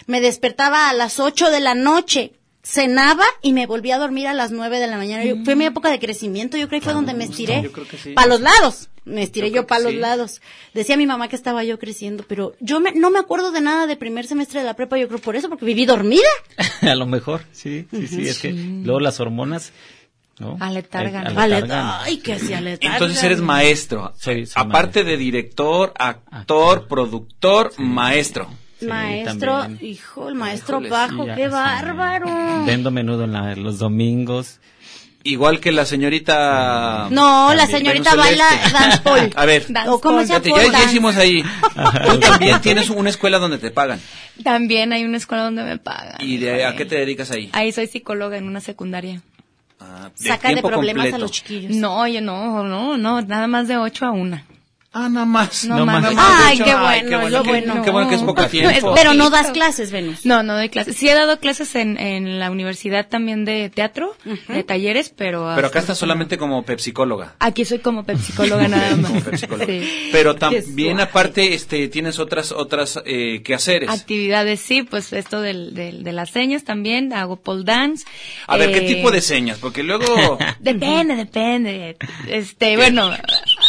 [SPEAKER 3] Me despertaba a las 8 de la noche. Cenaba y me volvía a dormir a las 9 de la mañana. Yo-
[SPEAKER 2] Mm.
[SPEAKER 3] fue mi época de crecimiento. Yo creo que fue donde me estiré.
[SPEAKER 2] Yo creo que sí.
[SPEAKER 3] Para los lados. Me estiré
[SPEAKER 2] Yo
[SPEAKER 3] yo,
[SPEAKER 2] creo
[SPEAKER 3] para
[SPEAKER 2] que
[SPEAKER 3] los
[SPEAKER 2] sí.
[SPEAKER 3] lados. Decía mi mamá que estaba yo creciendo, pero yo me- no me acuerdo de nada de primer semestre de la prepa. Yo creo por eso, porque viví dormida.
[SPEAKER 6] a lo mejor, sí, sí, sí. Es que luego las hormonas, ¿no?
[SPEAKER 5] Aletargan.
[SPEAKER 6] Eh,
[SPEAKER 3] Vale,
[SPEAKER 6] aletargan.
[SPEAKER 3] ay, que hacía letarga.
[SPEAKER 2] Entonces eres maestro.
[SPEAKER 6] Soy- soy
[SPEAKER 2] Aparte
[SPEAKER 6] maestro.
[SPEAKER 2] de director, actor,
[SPEAKER 6] Actor.
[SPEAKER 2] productor, maestro.
[SPEAKER 6] Sí,
[SPEAKER 3] maestro,
[SPEAKER 6] también.
[SPEAKER 3] hijo, el maestro
[SPEAKER 2] Híjoles,
[SPEAKER 3] bajo,
[SPEAKER 6] Y ya,
[SPEAKER 3] qué
[SPEAKER 6] sí.
[SPEAKER 3] bárbaro.
[SPEAKER 6] Vendo menudo en la- los domingos.
[SPEAKER 2] Igual que la señorita.
[SPEAKER 3] No, la
[SPEAKER 2] También,
[SPEAKER 3] señorita
[SPEAKER 2] Venus
[SPEAKER 3] baila
[SPEAKER 2] Celeste.
[SPEAKER 3] dance hall.
[SPEAKER 2] A ver.
[SPEAKER 5] Dance
[SPEAKER 3] O cómo se
[SPEAKER 2] Fíjate,
[SPEAKER 3] apoda.
[SPEAKER 2] ya, ya hicimos ahí. Tú también tienes una escuela donde te pagan.
[SPEAKER 5] También hay una escuela donde me pagan.
[SPEAKER 2] ¿Y de,
[SPEAKER 5] híjole.
[SPEAKER 2] a qué te dedicas ahí?
[SPEAKER 5] Ahí soy psicóloga en una secundaria.
[SPEAKER 2] Ah,
[SPEAKER 3] Saca de
[SPEAKER 2] tiempo
[SPEAKER 3] problemas a
[SPEAKER 2] completo.
[SPEAKER 3] los chiquillos.
[SPEAKER 5] No, yo no, no, no, nada más de 8 a 1.
[SPEAKER 2] Ah, nada más.
[SPEAKER 5] No,
[SPEAKER 6] No
[SPEAKER 5] más.
[SPEAKER 6] más.
[SPEAKER 3] Ay,
[SPEAKER 2] Ay,
[SPEAKER 3] qué
[SPEAKER 2] qué
[SPEAKER 3] bueno,
[SPEAKER 2] bueno
[SPEAKER 3] lo
[SPEAKER 2] que-
[SPEAKER 3] bueno.
[SPEAKER 2] qué bueno que es poco tiempo.
[SPEAKER 3] Pero no das clases, Venus.
[SPEAKER 5] No, no doy clases. Sí he dado clases en, en la universidad también de teatro, de talleres, pero...
[SPEAKER 2] Pero
[SPEAKER 5] hasta-
[SPEAKER 2] acá estás solamente como pepsicóloga.
[SPEAKER 5] Aquí soy como pepsicóloga nada
[SPEAKER 2] Sí,
[SPEAKER 5] más.
[SPEAKER 2] como psicóloga.
[SPEAKER 5] Sí.
[SPEAKER 2] Pero
[SPEAKER 3] Qué
[SPEAKER 2] también
[SPEAKER 3] suave.
[SPEAKER 2] aparte este tienes otras otras eh, quehaceres.
[SPEAKER 5] Actividades, sí, pues esto del, del- de las señas también, hago pole dance.
[SPEAKER 2] A ver, ¿qué
[SPEAKER 5] eh,
[SPEAKER 2] tipo de señas? Porque luego
[SPEAKER 5] Depende, depende. Este, bueno,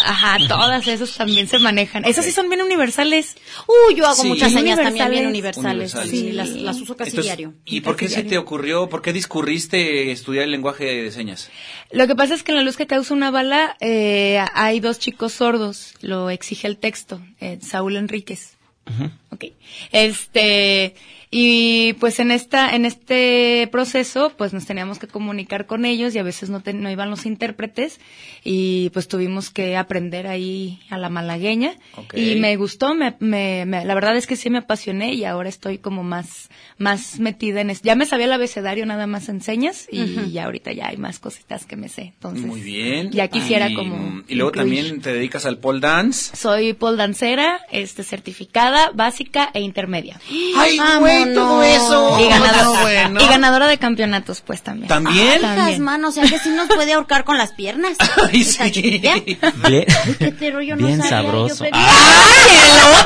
[SPEAKER 5] ajá, todas esas también se manejan. Esas sí son bien universales.
[SPEAKER 3] Uy, yo hago
[SPEAKER 2] Sí.
[SPEAKER 3] muchas señas también bien
[SPEAKER 2] Universales.
[SPEAKER 3] universales. Sí, las,
[SPEAKER 5] Universales.
[SPEAKER 3] las uso casi
[SPEAKER 2] Entonces,
[SPEAKER 3] diario.
[SPEAKER 2] ¿Y por qué se te ocurrió, por qué discurriste estudiar el lenguaje de señas?
[SPEAKER 5] Lo que pasa es que en la luz que causa una bala eh, hay dos chicos sordos, lo exige el texto, eh, Saúl Enríquez. Ok. Este, y pues en esta, en este proceso, pues nos teníamos que comunicar con ellos y a veces no, te- no iban los intérpretes y pues tuvimos que aprender ahí a la malagueña.
[SPEAKER 2] Ok.
[SPEAKER 5] Y me gustó, me, me- me- la verdad es que sí me apasioné y ahora estoy como más, más metida en esto. Ya me sabía el abecedario nada más en señas y ya ahorita ya hay más cositas que me sé. Entonces,
[SPEAKER 2] Muy bien.
[SPEAKER 5] Ya quisiera
[SPEAKER 2] Y-
[SPEAKER 5] como.
[SPEAKER 2] Y luego
[SPEAKER 5] incluir.
[SPEAKER 2] también te dedicas al pole dance.
[SPEAKER 5] Soy pole dancera, este, certificada, básica e intermedia.
[SPEAKER 2] ¡Ay, güey, todo eso!
[SPEAKER 5] Y ganadora,
[SPEAKER 2] Ah, No, bueno.
[SPEAKER 5] y ganadora de campeonatos, pues también.
[SPEAKER 2] ¿También?
[SPEAKER 5] Ah,
[SPEAKER 3] Las manos, o sea que sí nos puede ahorcar con las piernas.
[SPEAKER 2] Ay,
[SPEAKER 3] Esta
[SPEAKER 2] sí.
[SPEAKER 3] chiquilla.
[SPEAKER 6] Bien,
[SPEAKER 3] Este rollo no
[SPEAKER 6] bien
[SPEAKER 3] sabía, yo
[SPEAKER 6] sabroso.
[SPEAKER 3] pedí-
[SPEAKER 6] Ah,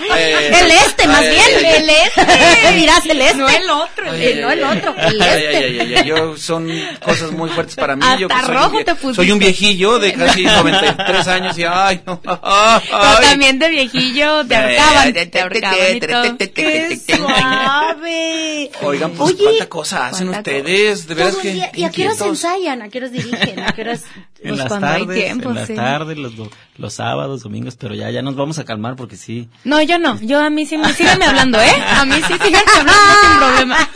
[SPEAKER 2] Eh,
[SPEAKER 5] Ah.
[SPEAKER 3] El este, más
[SPEAKER 2] ay,
[SPEAKER 3] bien.
[SPEAKER 2] ay, ay,
[SPEAKER 3] El este. Mirás, el este. No el otro.
[SPEAKER 2] ay, ay,
[SPEAKER 3] no el
[SPEAKER 2] ay,
[SPEAKER 3] otro.
[SPEAKER 2] ay,
[SPEAKER 3] El
[SPEAKER 2] ay,
[SPEAKER 3] este.
[SPEAKER 2] ay, ay, ay, Yo son cosas muy fuertes para mí. yo que
[SPEAKER 5] Hasta
[SPEAKER 2] soy un
[SPEAKER 5] rojo
[SPEAKER 2] vie-
[SPEAKER 5] te pusiste.
[SPEAKER 2] Soy un viejillo de casi 93 años y ay, no.
[SPEAKER 5] Pero
[SPEAKER 2] ay.
[SPEAKER 5] también de viejillo, te ahorcaban, te ahorcaban y todo. Qué
[SPEAKER 3] Suave.
[SPEAKER 2] Oigan, pues
[SPEAKER 3] Oye,
[SPEAKER 2] cuánta cosa hacen
[SPEAKER 5] cuánta
[SPEAKER 2] ustedes, de veras
[SPEAKER 3] todo
[SPEAKER 2] que
[SPEAKER 3] el día- ¿Y a qué horas
[SPEAKER 2] inquietos.
[SPEAKER 3] ensayan? ¿A qué horas dirigen? ¿A qué horas?
[SPEAKER 6] en
[SPEAKER 5] Pues
[SPEAKER 6] las
[SPEAKER 5] cuando hay
[SPEAKER 6] tardes,
[SPEAKER 5] tiempo,
[SPEAKER 6] en las
[SPEAKER 5] sí.
[SPEAKER 6] tardes, los, do- los sábados, domingos, pero ya, ya nos vamos a calmar porque sí.
[SPEAKER 5] No, yo no. Yo a mí sí me síganme hablando, ¿eh? A mí sí síganme hablando sin problema.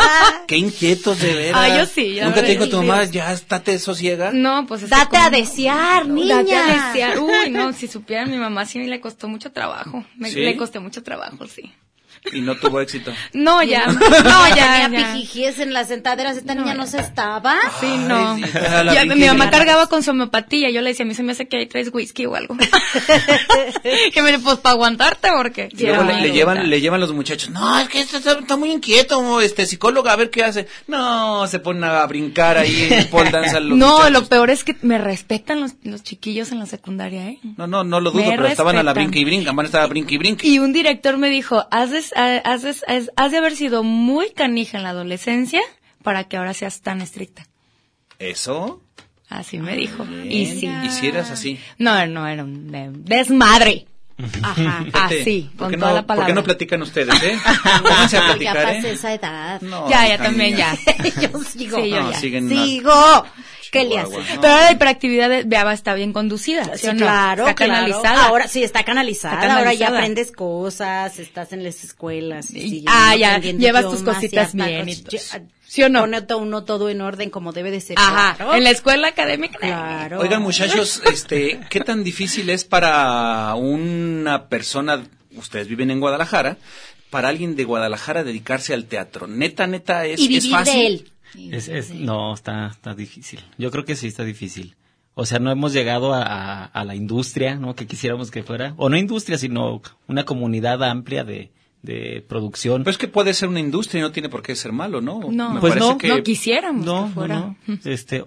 [SPEAKER 2] Qué inquietos, de veras.
[SPEAKER 5] Ah, yo sí, ya
[SPEAKER 2] Nunca te
[SPEAKER 5] veo.
[SPEAKER 2] dijo tu mamá, ya estate sosiega.
[SPEAKER 5] No, pues es que
[SPEAKER 3] Date
[SPEAKER 5] como-
[SPEAKER 3] a desear, niña.
[SPEAKER 5] Date a desear. Uy, no, si supieran mi mamá sí le costó mucho trabajo. Me,
[SPEAKER 2] ¿Sí?
[SPEAKER 5] Le costó mucho trabajo, sí.
[SPEAKER 2] Y no tuvo éxito.
[SPEAKER 5] No, ya. No, ya.
[SPEAKER 3] Tenía
[SPEAKER 5] ya.
[SPEAKER 3] pijijíes en las sentaderas. Esta niña no se estaba.
[SPEAKER 5] Sí, no.
[SPEAKER 2] sí, está la
[SPEAKER 5] Ya,
[SPEAKER 2] pinche
[SPEAKER 5] mi mamá
[SPEAKER 2] niña.
[SPEAKER 5] cargaba con su homeopatía. Yo le decía, a mí se me hace que hay tres whisky o algo. que me dice, pues para aguantarte, porque.
[SPEAKER 2] Y luego le, le
[SPEAKER 5] Ay,
[SPEAKER 2] llevan,
[SPEAKER 5] puta.
[SPEAKER 2] le llevan los muchachos. No, es que este está, está muy inquieto, este psicóloga, a ver qué hace. No, se ponen a brincar ahí en pole dance a los
[SPEAKER 5] no,
[SPEAKER 2] muchachos.
[SPEAKER 5] lo peor es que me respetan los, los chiquillos en la secundaria, ¿eh?
[SPEAKER 2] No, no, no lo dudo,
[SPEAKER 5] Me
[SPEAKER 2] pero estaban a la
[SPEAKER 5] respetan.
[SPEAKER 2] brinca y brinca, van a estar a brinca y brinca.
[SPEAKER 5] Y un director me dijo, has de, has de- has- has de haber sido muy canija en la adolescencia para que ahora seas tan estricta.
[SPEAKER 2] ¿Eso?
[SPEAKER 5] Así me dijo. Y sí.
[SPEAKER 2] ¿Y si eras así?
[SPEAKER 5] No, no, era un eh, desmadre. Ajá,
[SPEAKER 2] Fíjate,
[SPEAKER 5] así,
[SPEAKER 2] ¿por
[SPEAKER 5] Ah, con
[SPEAKER 2] qué
[SPEAKER 5] toda
[SPEAKER 2] no-
[SPEAKER 5] la palabra.
[SPEAKER 2] ¿Por qué no platican ustedes, eh? Pónganse a
[SPEAKER 3] Ay, ya
[SPEAKER 2] platicar,
[SPEAKER 3] pasé
[SPEAKER 2] eh.
[SPEAKER 3] esa edad.
[SPEAKER 2] No,
[SPEAKER 5] ya,
[SPEAKER 2] hija
[SPEAKER 5] ya, también
[SPEAKER 2] mía.
[SPEAKER 5] ya.
[SPEAKER 3] yo sigo.
[SPEAKER 5] Sí, yo
[SPEAKER 2] No,
[SPEAKER 5] ya.
[SPEAKER 2] siguen
[SPEAKER 3] Sigo. ¿Qué le hace?
[SPEAKER 5] Pero ahora la hiperactividad de Beaba está bien conducida. ¿sí
[SPEAKER 3] Sí,
[SPEAKER 5] o no?
[SPEAKER 3] claro,
[SPEAKER 5] Está
[SPEAKER 3] claro.
[SPEAKER 5] canalizada.
[SPEAKER 3] Ahora sí, está canalizada.
[SPEAKER 5] Está
[SPEAKER 3] Ahora ya
[SPEAKER 5] canalizada.
[SPEAKER 3] aprendes cosas, estás en las escuelas. y sigues
[SPEAKER 5] ah, ya,
[SPEAKER 3] aprendiendo
[SPEAKER 5] llevas tus
[SPEAKER 3] idiomas,
[SPEAKER 5] cositas
[SPEAKER 3] ya está
[SPEAKER 5] bien
[SPEAKER 3] cos-
[SPEAKER 5] y todo.
[SPEAKER 3] ya-
[SPEAKER 5] ¿Sí o no?
[SPEAKER 3] Pone to- uno todo en orden como debe de ser.
[SPEAKER 5] Ajá.
[SPEAKER 3] claro.
[SPEAKER 5] En la escuela académica. eh,
[SPEAKER 3] Claro.
[SPEAKER 2] Oigan, muchachos, este, ¿qué tan difícil es para una persona, ustedes viven en Guadalajara, para alguien de Guadalajara dedicarse al teatro? Neta, neta, es,
[SPEAKER 3] y
[SPEAKER 2] es
[SPEAKER 3] vivir
[SPEAKER 2] fácil.
[SPEAKER 3] de él.
[SPEAKER 6] Es, es- no, está, está difícil. Yo creo que sí está difícil. O sea, no hemos llegado a, a- a la industria, ¿no? Que quisiéramos que fuera. O no industria, sino una comunidad amplia de, de producción.
[SPEAKER 2] Pero
[SPEAKER 5] Pues,
[SPEAKER 2] es que puede ser una industria y no tiene por qué ser malo, ¿no?
[SPEAKER 5] No,
[SPEAKER 2] Me
[SPEAKER 6] Pues
[SPEAKER 2] parece
[SPEAKER 6] no,
[SPEAKER 2] que-
[SPEAKER 5] no quisiéramos
[SPEAKER 6] no,
[SPEAKER 5] que
[SPEAKER 6] no,
[SPEAKER 5] fuera.
[SPEAKER 6] no. Este,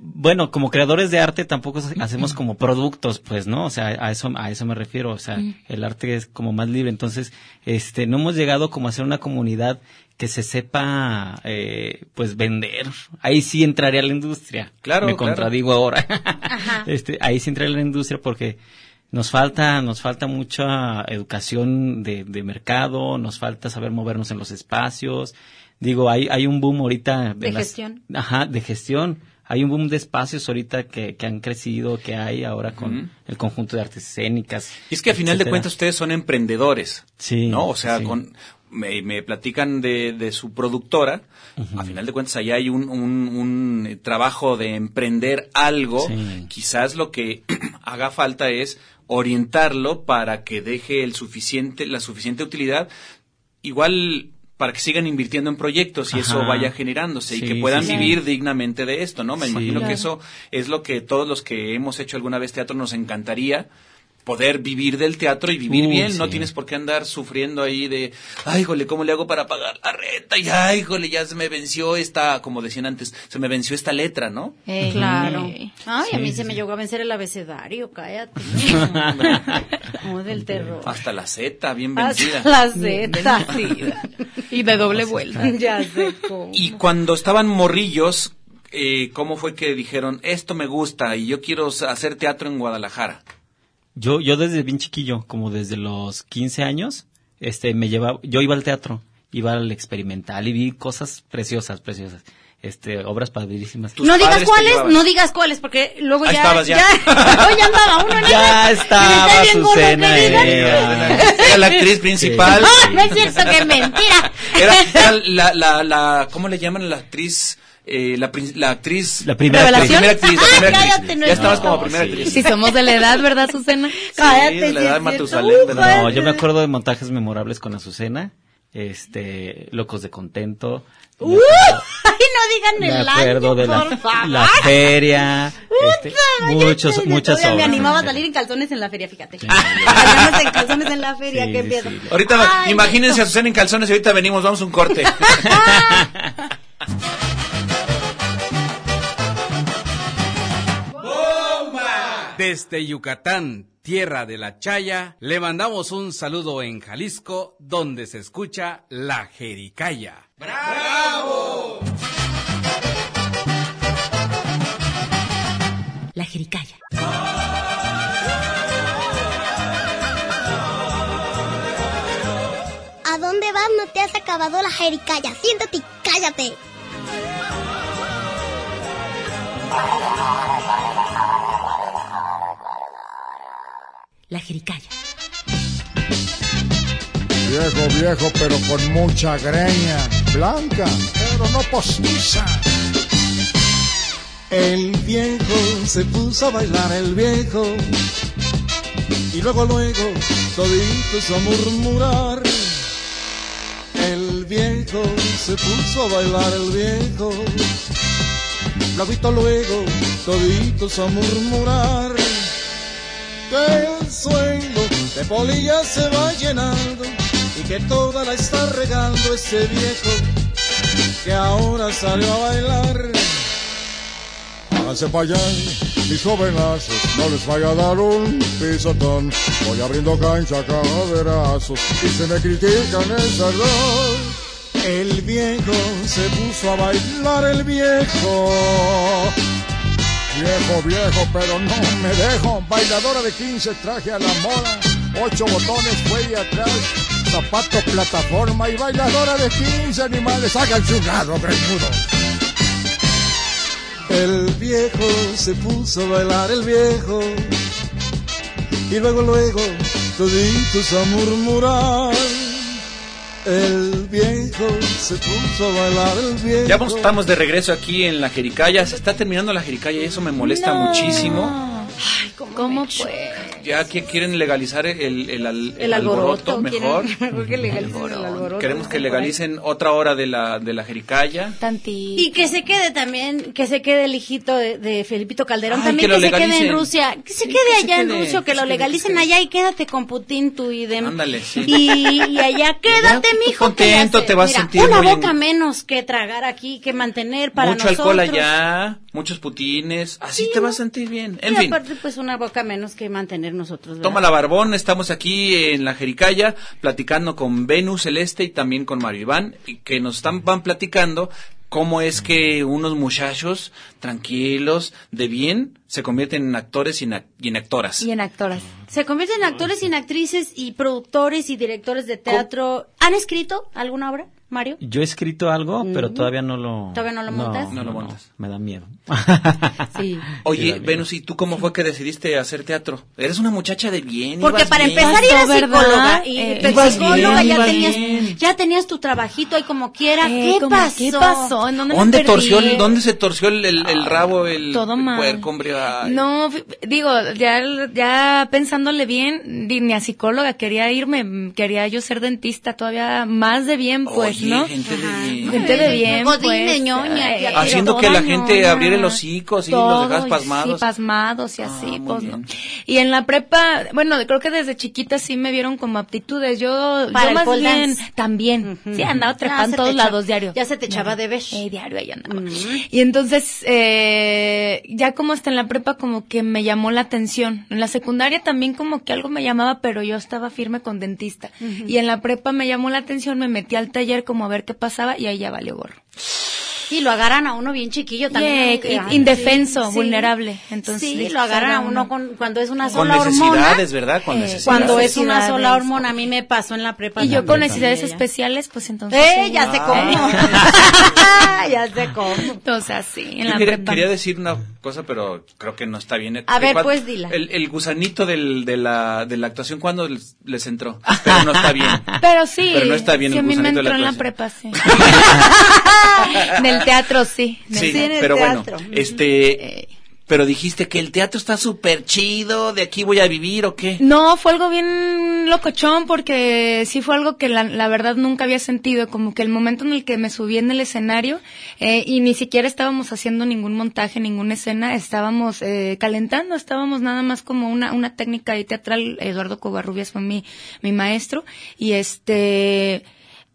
[SPEAKER 6] bueno, como creadores de arte tampoco hacemos como productos, pues, ¿no? O sea, a eso, a eso me refiero. O sea, el arte es como más libre. Entonces, este, no hemos llegado como a ser una comunidad que se sepa, eh, pues, vender. Ahí sí entraría la industria.
[SPEAKER 2] Claro,
[SPEAKER 6] Me
[SPEAKER 2] claro.
[SPEAKER 6] contradigo ahora. Este, ahí sí entraría la industria porque nos falta, nos falta mucha educación de, de mercado, nos falta saber movernos en los espacios. Digo, hay, hay un boom ahorita
[SPEAKER 3] De gestión.
[SPEAKER 6] Ajá, de gestión. Hay un boom de espacios ahorita que, que han crecido, que hay ahora con
[SPEAKER 2] Ujú.
[SPEAKER 6] el conjunto de artes escénicas.
[SPEAKER 2] Y es que a final de
[SPEAKER 6] etcétera.
[SPEAKER 2] cuentas ustedes son emprendedores.
[SPEAKER 6] Sí,
[SPEAKER 2] ¿No? O sea,
[SPEAKER 6] sí.
[SPEAKER 2] con, me, me platican de, de su productora. A final de cuentas, allá hay un, un- un, eh, trabajo de emprender algo.
[SPEAKER 6] Sí.
[SPEAKER 2] Quizás lo que haga falta es orientarlo para que deje el suficiente, la suficiente utilidad. Igual para que sigan invirtiendo en proyectos y eso
[SPEAKER 6] Ajá.
[SPEAKER 2] vaya generándose y
[SPEAKER 6] Sí,
[SPEAKER 2] que puedan
[SPEAKER 6] sí, sí.
[SPEAKER 2] vivir dignamente de esto, ¿no? Me
[SPEAKER 6] Sí.
[SPEAKER 2] imagino
[SPEAKER 6] Claro.
[SPEAKER 2] que eso es lo que todos los que hemos hecho alguna vez teatro nos encantaría poder vivir del teatro y vivir
[SPEAKER 6] Uy,
[SPEAKER 2] bien, no
[SPEAKER 6] sí.
[SPEAKER 2] tienes por qué andar sufriendo ahí de, ay, jole, ¿cómo le hago para pagar la renta? Y ay, jole, ya se me venció esta, como decían antes, se me venció esta letra, ¿no?
[SPEAKER 5] Eh,
[SPEAKER 3] Claro.
[SPEAKER 5] eh,
[SPEAKER 3] Ay, a
[SPEAKER 6] Sí,
[SPEAKER 3] mí
[SPEAKER 6] sí,
[SPEAKER 3] se me
[SPEAKER 6] sí.
[SPEAKER 3] llegó a vencer el abecedario, cállate. Como del terror.
[SPEAKER 2] Hasta la Z, bien
[SPEAKER 3] Hasta
[SPEAKER 2] vencida.
[SPEAKER 3] la zeta.
[SPEAKER 5] Y de doble vuelta.
[SPEAKER 3] ya sé cómo.
[SPEAKER 2] Y cuando estaban morrillos, eh, ¿cómo fue que dijeron, esto me gusta y yo quiero s- hacer teatro en Guadalajara?
[SPEAKER 6] Yo, yo desde bien chiquillo, como desde los 15 años, este, me llevaba, yo iba al teatro, iba al experimental y vi cosas preciosas, preciosas, este, obras padrísimas.
[SPEAKER 2] Tus
[SPEAKER 3] no digas
[SPEAKER 2] padres te
[SPEAKER 3] cuáles,
[SPEAKER 2] llevaban.
[SPEAKER 3] no digas cuáles, porque luego
[SPEAKER 2] Ahí
[SPEAKER 3] ya.
[SPEAKER 2] estabas ya.
[SPEAKER 3] hoy andaba uno en
[SPEAKER 6] Ya
[SPEAKER 3] el-
[SPEAKER 6] estaba
[SPEAKER 3] Está bien gordo,
[SPEAKER 6] Azucena,
[SPEAKER 3] querida.
[SPEAKER 6] eh,
[SPEAKER 2] Era la actriz principal.
[SPEAKER 3] No, no es cierto, que mentira.
[SPEAKER 2] Era, era la, la, la, ¿cómo le llaman a la actriz? Eh, la, prin- la actriz.
[SPEAKER 6] La primera
[SPEAKER 2] La
[SPEAKER 6] actriz.
[SPEAKER 2] primera actriz. la
[SPEAKER 3] Ah,
[SPEAKER 2] primera actriz.
[SPEAKER 3] cállate, no
[SPEAKER 2] ya
[SPEAKER 3] es
[SPEAKER 2] estabas
[SPEAKER 3] cierto.
[SPEAKER 2] como primera
[SPEAKER 6] Sí.
[SPEAKER 2] actriz.
[SPEAKER 5] Si somos de la edad, ¿verdad, Susana?
[SPEAKER 3] Cállate,
[SPEAKER 2] de la
[SPEAKER 3] sí
[SPEAKER 2] edad
[SPEAKER 3] es
[SPEAKER 2] Matusalén,
[SPEAKER 3] cierto.
[SPEAKER 2] de la-
[SPEAKER 6] No,
[SPEAKER 3] Ujú.
[SPEAKER 6] yo me acuerdo de montajes memorables con Azucena, este, Locos de Contento. me
[SPEAKER 3] ¡Uh!
[SPEAKER 6] acuerdo-
[SPEAKER 3] Ay, no digan
[SPEAKER 6] Me
[SPEAKER 3] el
[SPEAKER 6] acuerdo
[SPEAKER 3] año,
[SPEAKER 6] de
[SPEAKER 3] por
[SPEAKER 6] la,
[SPEAKER 3] favor.
[SPEAKER 6] la feria, este,
[SPEAKER 3] Puta, yo
[SPEAKER 6] muchos,
[SPEAKER 3] estoy de
[SPEAKER 6] muchas
[SPEAKER 3] todavía
[SPEAKER 6] obras.
[SPEAKER 3] Me animaba a
[SPEAKER 6] Sí.
[SPEAKER 3] salir en calzones en la feria, fíjate.
[SPEAKER 6] Sí.
[SPEAKER 3] Salíamos en calzones en la feria,
[SPEAKER 6] Sí,
[SPEAKER 3] qué
[SPEAKER 6] sí,
[SPEAKER 3] miedo.
[SPEAKER 6] sí.
[SPEAKER 2] Ahorita,
[SPEAKER 3] Ay,
[SPEAKER 2] imagínense a Susana en calzones y ahorita venimos, vamos a un corte.
[SPEAKER 11] Desde Yucatán, tierra de la Chaya, le mandamos un saludo en Jalisco, donde se escucha la Jericaya.
[SPEAKER 3] La jericaya.
[SPEAKER 7] ¿A dónde vas? No te has acabado la jericaya. Siéntate y cállate.
[SPEAKER 3] La jericaya.
[SPEAKER 8] Viejo, viejo, pero con mucha greña. Blanca, pero no postiza. El viejo se puso a bailar el viejo. Y luego, luego, toditos a murmurar. El viejo se puso a bailar el viejo. Luego, luego, toditos a murmurar que el suelo de polilla se va llenando y que toda la está regando ese viejo que ahora salió a bailar. Háganse para allá, mis jovenazos, no les vaya a dar un pisotón. Voy abriendo cancha a caderazos y se me critican el sardón. El viejo se puso a bailar el viejo. Viejo, viejo, pero no me dejo. Bailadora de 15, traje a la moda. Ocho botones, cuello atrás. Zapato, plataforma y bailadora de 15 animales. Hagan su lado, greñudo. El viejo se puso a bailar el viejo. Y luego, luego, toditos a murmurar. El viejo se puso a bailar el viejo.
[SPEAKER 2] Ya vamos- estamos de regreso aquí en la Jericaya. Se está terminando la Jericaya y eso me molesta muchísimo.
[SPEAKER 3] Ay, ¿cómo, fue?
[SPEAKER 2] Ya que quieren legalizar el, el, al-
[SPEAKER 3] El
[SPEAKER 2] el alboroto,
[SPEAKER 3] alboroto.
[SPEAKER 2] mejor.
[SPEAKER 3] quieren- mejor que legalicen el alboroto.
[SPEAKER 2] Queremos que legalicen otra hora de la, de la Jericaya.
[SPEAKER 5] Tantito.
[SPEAKER 3] Y que se quede también, que se quede el hijito de, de Felipito Calderón,
[SPEAKER 2] Ay,
[SPEAKER 3] también
[SPEAKER 2] que
[SPEAKER 3] que,
[SPEAKER 2] lo
[SPEAKER 3] se quede en
[SPEAKER 2] legalicen.
[SPEAKER 3] Rusia, que se
[SPEAKER 2] Sí,
[SPEAKER 3] quede
[SPEAKER 2] que se
[SPEAKER 3] allá en
[SPEAKER 2] quede,
[SPEAKER 3] Rusia, que
[SPEAKER 2] que
[SPEAKER 3] lo
[SPEAKER 2] se quede,
[SPEAKER 3] legalicen
[SPEAKER 2] que se
[SPEAKER 3] allá y quédate con Putin tú y de...
[SPEAKER 2] Ándale, sí.
[SPEAKER 3] Y, y allá quédate, mijo.
[SPEAKER 2] contento,
[SPEAKER 3] que ya sé.
[SPEAKER 2] te vas a
[SPEAKER 3] Mira,
[SPEAKER 2] sentir
[SPEAKER 3] Una
[SPEAKER 2] muy
[SPEAKER 3] boca menos que tragar aquí, que mantener para
[SPEAKER 2] Mucho
[SPEAKER 3] nosotros.
[SPEAKER 2] alcohol allá, muchos putines. Así te vas a sentir bien. En
[SPEAKER 3] y
[SPEAKER 2] fin.
[SPEAKER 3] aparte, pues una boca menos que mantener nosotros. ¿verdad?
[SPEAKER 2] Toma la barbón, estamos aquí en la Jericaya platicando con Venus Celeste y también con Mario Iván, y que nos están, van platicando cómo es que unos muchachos tranquilos, de bien, se convierten en actores y en, ac- y en actoras.
[SPEAKER 5] en actoras.
[SPEAKER 3] Se convierten en actores y en actrices y productores y directores de teatro. ¿Han escrito alguna obra, Mario?
[SPEAKER 6] Yo he escrito algo, pero
[SPEAKER 3] Ujú.
[SPEAKER 6] todavía no lo...
[SPEAKER 3] ¿Todavía no lo montas?
[SPEAKER 2] No lo montas.
[SPEAKER 6] me da miedo.
[SPEAKER 3] Sí.
[SPEAKER 2] Oye, Venus, ¿y tú cómo fue que decidiste hacer teatro? Eres una muchacha de bien.
[SPEAKER 3] Porque
[SPEAKER 2] ibas
[SPEAKER 3] para
[SPEAKER 2] bien.
[SPEAKER 3] empezar era
[SPEAKER 5] Pasó, ¿verdad?
[SPEAKER 3] psicóloga y
[SPEAKER 5] Eh,
[SPEAKER 3] pues,
[SPEAKER 2] ibas
[SPEAKER 3] psicóloga
[SPEAKER 2] bien,
[SPEAKER 3] ya
[SPEAKER 2] ibas
[SPEAKER 3] tenías
[SPEAKER 2] bien.
[SPEAKER 3] ya tenías tu trabajito ahí como quiera.
[SPEAKER 5] Eh,
[SPEAKER 3] ¿Qué
[SPEAKER 5] como,
[SPEAKER 3] pasó?
[SPEAKER 5] ¿Qué pasó? ¿En dónde, me
[SPEAKER 2] ¿Dónde
[SPEAKER 5] perdí? Ah,
[SPEAKER 2] torció, el- dónde se torció el, el- el rabo, el,
[SPEAKER 5] Todo
[SPEAKER 2] el
[SPEAKER 5] mal.
[SPEAKER 2] puerco, hombre? Ay.
[SPEAKER 5] No, fi- digo, ya, ya pensándole bien, di- ni a psicóloga quería irme, mm, quería yo ser dentista todavía más de bien, pues,
[SPEAKER 2] Oye,
[SPEAKER 5] ¿no?
[SPEAKER 2] gente de bien.
[SPEAKER 5] Gente de bien,
[SPEAKER 3] Godín
[SPEAKER 5] pues,
[SPEAKER 3] de ñoña,
[SPEAKER 5] ay,
[SPEAKER 3] ya
[SPEAKER 2] Haciendo
[SPEAKER 5] toda
[SPEAKER 2] que la gente
[SPEAKER 5] ñoña.
[SPEAKER 2] abriera el hocico, sí,
[SPEAKER 5] Todo,
[SPEAKER 2] los dejas
[SPEAKER 5] Sí,
[SPEAKER 2] pasmados.
[SPEAKER 5] pasmados y
[SPEAKER 2] Ah,
[SPEAKER 5] así,
[SPEAKER 2] muy
[SPEAKER 5] pues,
[SPEAKER 2] bien.
[SPEAKER 5] ¿no? Y en la prepa, bueno, creo que desde chiquita sí me vieron como aptitudes. Yo,
[SPEAKER 3] Para
[SPEAKER 5] yo
[SPEAKER 3] el
[SPEAKER 5] más
[SPEAKER 3] pole
[SPEAKER 5] bien,
[SPEAKER 3] dance.
[SPEAKER 5] también. Sí, andaba
[SPEAKER 3] Ya
[SPEAKER 5] trepando
[SPEAKER 3] se
[SPEAKER 5] en todos
[SPEAKER 3] te echa-
[SPEAKER 5] lados diario.
[SPEAKER 3] Ya se te echaba de ver.
[SPEAKER 5] Eh, diario ahí andaba. Y entonces, eh, ya como hasta en la prepa, como que me llamó la atención. En la secundaria también como que algo me llamaba, pero yo estaba firme con dentista. Y en la prepa me llamó la atención, me metí al taller como a ver qué pasaba y ahí ya valió gorro.
[SPEAKER 3] Y lo agarran a uno bien chiquillo también.
[SPEAKER 5] Yeah,
[SPEAKER 3] Ah,
[SPEAKER 5] i- indefenso,
[SPEAKER 3] sí, sí.
[SPEAKER 5] vulnerable. Entonces,
[SPEAKER 3] sí,
[SPEAKER 5] listo,
[SPEAKER 3] lo agarran a
[SPEAKER 5] salga
[SPEAKER 3] uno con- cuando es una
[SPEAKER 2] Con
[SPEAKER 3] sola hormona.
[SPEAKER 2] necesidades, ¿verdad? Con
[SPEAKER 5] Eh,
[SPEAKER 2] necesidades.
[SPEAKER 3] Cuando es una
[SPEAKER 5] Necesidades.
[SPEAKER 3] sola hormona, a mí me pasó en la prepa.
[SPEAKER 2] Pues
[SPEAKER 5] Y yo con
[SPEAKER 3] también.
[SPEAKER 5] necesidades
[SPEAKER 3] Sí, ya.
[SPEAKER 5] especiales, pues entonces.
[SPEAKER 3] Eh,
[SPEAKER 5] sí,
[SPEAKER 3] ya sé cómo.
[SPEAKER 2] Ah.
[SPEAKER 3] ya sé cómo.
[SPEAKER 5] O sea, sí, en
[SPEAKER 2] Yo
[SPEAKER 5] la
[SPEAKER 2] quería,
[SPEAKER 5] prepa.
[SPEAKER 2] quería decir una cosa, pero creo que no está bien.
[SPEAKER 3] A ver,
[SPEAKER 2] ¿Cuál-
[SPEAKER 3] pues, dila.
[SPEAKER 2] El, el gusanito del, de, la, de la actuación, ¿cuándo les, les entró? Pero no está bien.
[SPEAKER 5] Pero sí,
[SPEAKER 2] Pero no está bien
[SPEAKER 5] sí,
[SPEAKER 2] el
[SPEAKER 5] a mí me
[SPEAKER 2] gusanito de
[SPEAKER 5] entró
[SPEAKER 2] la
[SPEAKER 5] en la prepa,
[SPEAKER 2] clase.
[SPEAKER 5] sí. Del teatro, sí. del
[SPEAKER 2] Sí,
[SPEAKER 3] en el
[SPEAKER 2] pero bueno,
[SPEAKER 3] teatro.
[SPEAKER 2] este... Pero dijiste que el teatro está súper chido, de aquí voy a vivir o qué.
[SPEAKER 5] No, fue algo bien locochón porque sí fue algo que la, la verdad nunca había sentido, como que el momento en el que me subí en el escenario eh, y ni siquiera estábamos haciendo ningún montaje, ninguna escena, estábamos eh, calentando, estábamos nada más como una, una técnica ahí teatral, Eduardo Covarrubias fue mi, mi maestro y este...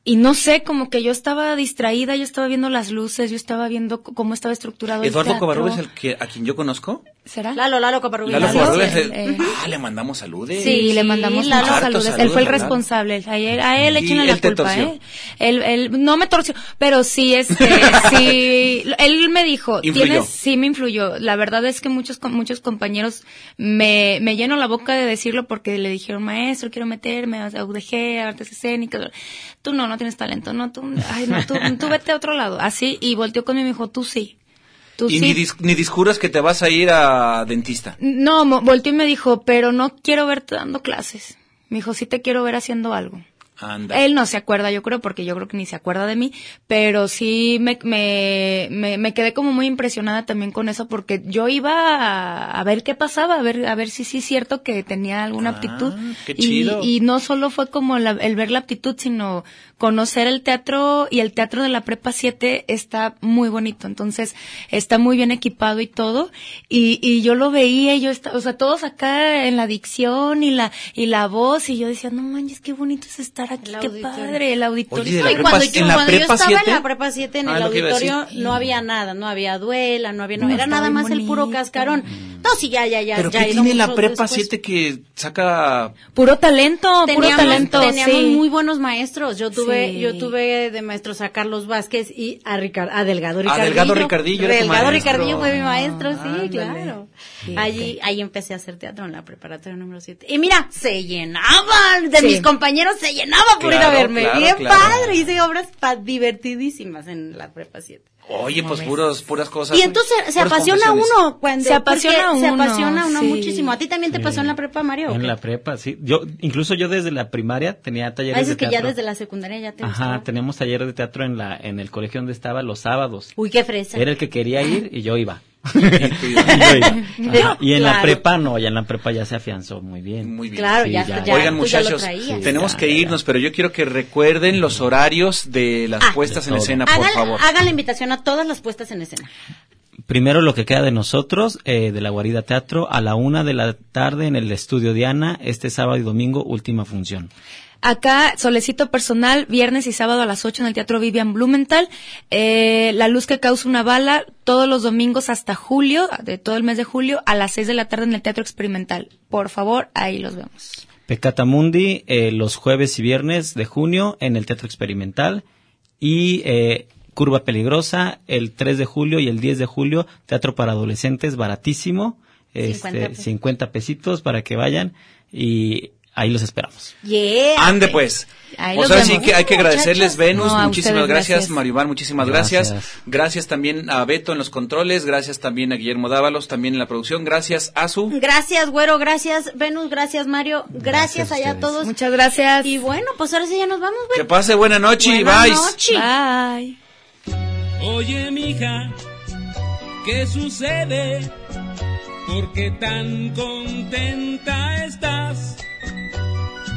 [SPEAKER 5] Y no sé, como que yo estaba distraída, yo estaba viendo las luces, yo estaba viendo c- cómo estaba estructurado el
[SPEAKER 2] Eduardo
[SPEAKER 5] teatro.
[SPEAKER 2] Covarrubias, el que, a quien yo conozco.
[SPEAKER 5] ¿Será?
[SPEAKER 3] Lalo, Lalo Coparrubias.
[SPEAKER 2] Lalo
[SPEAKER 5] Lalo,
[SPEAKER 2] Covarrubias.
[SPEAKER 5] el-
[SPEAKER 2] eh,
[SPEAKER 5] eh.
[SPEAKER 2] ah, le mandamos saludes.
[SPEAKER 5] Sí, le mandamos
[SPEAKER 3] Lalo.
[SPEAKER 5] muchos
[SPEAKER 2] Hartos
[SPEAKER 5] saludos. Él fue el
[SPEAKER 2] saludos, Lalo.
[SPEAKER 5] responsable. A él, a él
[SPEAKER 2] Y
[SPEAKER 5] échenle
[SPEAKER 2] él
[SPEAKER 5] la
[SPEAKER 2] te
[SPEAKER 5] culpa,
[SPEAKER 2] torció.
[SPEAKER 5] ¿eh? Él, él no me torció, pero sí, este, sí, él me dijo,
[SPEAKER 2] Influyó.
[SPEAKER 5] tienes, sí me influyó. La verdad es que muchos, com- muchos compañeros me, me lleno la boca de decirlo porque le dijeron, maestro, quiero meterme a UDG, a artes escénicas. Tú no, no tienes talento, no, tú, ay, no, tú, tú vete a otro lado. Así, y volteó conmigo y me dijo, tú sí. Tú
[SPEAKER 2] Y
[SPEAKER 5] sí.
[SPEAKER 2] ni, dis- ni disjuras que te vas a ir a dentista.
[SPEAKER 5] No, mo- volteó y me dijo, pero no quiero verte dando clases. Me dijo, sí te quiero ver haciendo algo.
[SPEAKER 3] Eh,
[SPEAKER 2] Anda.
[SPEAKER 5] Él no se acuerda, yo creo, porque yo creo que ni se acuerda de mí, pero sí me, me, me, me quedé como muy impresionada también con eso, porque yo iba a, a ver qué pasaba, a ver, a ver si sí es cierto que tenía alguna aptitud.
[SPEAKER 2] Ah, qué
[SPEAKER 5] Y-
[SPEAKER 2] chido.
[SPEAKER 5] Y, no solo fue como la- el ver la aptitud, sino conocer el teatro y el teatro de la Prepa 7 está muy bonito, entonces está muy bien equipado y todo, y, y yo lo veía, y yo esta- o sea, todos acá en la dicción y la, y la voz, y yo decía, no manches, qué bonito es estar aquí,
[SPEAKER 3] El
[SPEAKER 5] qué
[SPEAKER 3] auditorio.
[SPEAKER 5] padre, el auditorio.
[SPEAKER 2] Oye, de la
[SPEAKER 3] No, y
[SPEAKER 2] prepa-
[SPEAKER 3] cuando,
[SPEAKER 2] en
[SPEAKER 3] yo,
[SPEAKER 2] la
[SPEAKER 3] cuando yo
[SPEAKER 2] prepa
[SPEAKER 3] estaba en la
[SPEAKER 2] siete.
[SPEAKER 3] prepa 7 en
[SPEAKER 2] Ah,
[SPEAKER 3] el
[SPEAKER 2] lo que iba a decir.
[SPEAKER 3] auditorio no había nada, no había duela, no había no,
[SPEAKER 5] No,
[SPEAKER 3] era
[SPEAKER 5] está
[SPEAKER 3] nada
[SPEAKER 5] bien
[SPEAKER 3] más el puro
[SPEAKER 5] bonito.
[SPEAKER 3] cascarón. No, sí, ya, ya, ya.
[SPEAKER 2] Pero
[SPEAKER 3] ya
[SPEAKER 2] ¿qué
[SPEAKER 3] he ido
[SPEAKER 2] tiene la
[SPEAKER 3] mucho
[SPEAKER 2] prepa
[SPEAKER 3] después.
[SPEAKER 2] 7 que saca
[SPEAKER 5] Puro talento, puro
[SPEAKER 3] Teníamos,
[SPEAKER 5] talento,
[SPEAKER 3] teníamos
[SPEAKER 5] sí.
[SPEAKER 3] muy buenos maestros. Yo tuve,
[SPEAKER 5] Sí.
[SPEAKER 3] yo tuve de maestros a Carlos Vázquez y a, Ricar- a Delgado
[SPEAKER 2] A
[SPEAKER 3] Ricardillo.
[SPEAKER 2] Delgado Ricardillo era tu
[SPEAKER 3] Delgado
[SPEAKER 2] maestro.
[SPEAKER 3] Ricardillo fue mi maestro, sí,
[SPEAKER 5] ándale.
[SPEAKER 3] claro.
[SPEAKER 5] Fíjate.
[SPEAKER 3] Allí, ahí empecé a hacer teatro en la preparatoria número 7. Y mira, se llenaban de
[SPEAKER 5] Sí.
[SPEAKER 3] mis compañeros, se llenaba por ir a
[SPEAKER 2] Claro,
[SPEAKER 3] verme.
[SPEAKER 2] claro,
[SPEAKER 3] Bien
[SPEAKER 2] claro.
[SPEAKER 3] padre, hice obras pa- divertidísimas en la prepa 7.
[SPEAKER 2] Oye,
[SPEAKER 5] ¿Cómo
[SPEAKER 2] pues
[SPEAKER 5] ves?
[SPEAKER 2] puros, puras cosas.
[SPEAKER 3] Y entonces se
[SPEAKER 2] puras
[SPEAKER 3] apasiona
[SPEAKER 2] confesiones.
[SPEAKER 3] uno cuando
[SPEAKER 5] Se apasiona
[SPEAKER 3] porque se
[SPEAKER 5] uno,
[SPEAKER 3] apasiona uno
[SPEAKER 5] sí.
[SPEAKER 3] muchísimo. ¿A ti también te
[SPEAKER 6] Sí.
[SPEAKER 3] pasó en la prepa, Mario?
[SPEAKER 6] En la prepa, sí. Yo, incluso yo desde la primaria tenía
[SPEAKER 3] A
[SPEAKER 6] talleres
[SPEAKER 3] veces
[SPEAKER 6] de
[SPEAKER 3] Ah, que
[SPEAKER 6] teatro.
[SPEAKER 3] ya desde la secundaria ya te
[SPEAKER 6] Ajá,
[SPEAKER 3] gustaba.
[SPEAKER 6] teníamos talleres de teatro en la, en el colegio donde estaba los sábados.
[SPEAKER 3] Uy, qué fresa.
[SPEAKER 6] Era el que quería ir y yo iba. y, yo iba. Ajá, y en la
[SPEAKER 3] Claro.
[SPEAKER 6] prepa no, ya en la prepa ya se afianzó muy bien.
[SPEAKER 2] Muy bien.
[SPEAKER 3] Claro, ya- ya-
[SPEAKER 2] Oigan,
[SPEAKER 3] tú ya lo
[SPEAKER 2] muchachos,
[SPEAKER 3] traías.
[SPEAKER 2] tenemos
[SPEAKER 6] Sí,
[SPEAKER 2] que irnos, pero yo quiero que recuerden los horarios de las
[SPEAKER 3] Ah.
[SPEAKER 2] puestas
[SPEAKER 6] De
[SPEAKER 2] en
[SPEAKER 6] todo.
[SPEAKER 2] escena, por
[SPEAKER 3] Hagan,
[SPEAKER 2] favor.
[SPEAKER 3] hagan la invitación a todas las puestas en escena.
[SPEAKER 6] Primero lo que queda de nosotros, eh, de la Guarida Teatro, a la una de la tarde en el estudio Diana, este sábado y domingo, última función.
[SPEAKER 5] Acá, Solecito Personal, viernes y sábado a las 8 en el Teatro Vivian Blumenthal. Eh, la luz que causa una bala, todos los domingos hasta julio, de todo el mes de julio, a las 6 de la tarde en el Teatro Experimental. Por favor, ahí los vemos.
[SPEAKER 6] Pecatamundi, eh, los jueves y viernes de junio en el Teatro Experimental. Y eh, Curva Peligrosa, el 3 de julio y el 10 de julio, Teatro para Adolescentes, baratísimo.
[SPEAKER 3] 50
[SPEAKER 6] Este,
[SPEAKER 3] pesos.
[SPEAKER 6] 50 pesitos para que vayan y ahí los esperamos.
[SPEAKER 3] Yeah.
[SPEAKER 2] Ande pues.
[SPEAKER 5] Ahí
[SPEAKER 2] Pues
[SPEAKER 5] los
[SPEAKER 2] ahora
[SPEAKER 5] vemos.
[SPEAKER 2] sí que hay que
[SPEAKER 5] Muchachos.
[SPEAKER 2] agradecerles, Venus,
[SPEAKER 5] No, a
[SPEAKER 2] muchísimas
[SPEAKER 5] ustedes,
[SPEAKER 2] gracias,
[SPEAKER 5] gracias.
[SPEAKER 2] Maribán, muchísimas gracias. gracias.
[SPEAKER 6] Gracias.
[SPEAKER 2] también a Beto en los controles, gracias también a Guillermo Dávalos, también en la producción, gracias a su...
[SPEAKER 3] Gracias, güero, gracias, Venus, gracias, Mario, gracias,
[SPEAKER 6] Gracias a
[SPEAKER 3] allá a
[SPEAKER 6] ustedes.
[SPEAKER 3] todos.
[SPEAKER 5] Muchas gracias.
[SPEAKER 3] Y bueno, pues ahora sí ya nos vamos, güey.
[SPEAKER 2] Que pase buena noche y
[SPEAKER 3] Buena
[SPEAKER 2] bye.
[SPEAKER 3] noche.
[SPEAKER 5] Bye.
[SPEAKER 12] Oye, mija, ¿qué sucede? ¿Por qué tan contenta estás?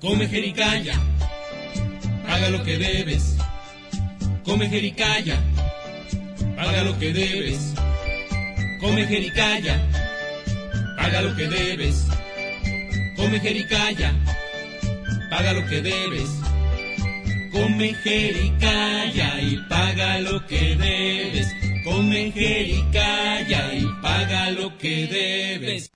[SPEAKER 12] Come jericaya, paga lo que debes. Come jericaya, paga lo que debes. Come jericaya, paga lo que debes. Come jericaya paga lo que debes. Come jericaya y paga lo que debes. Come jericaya y paga lo que debes.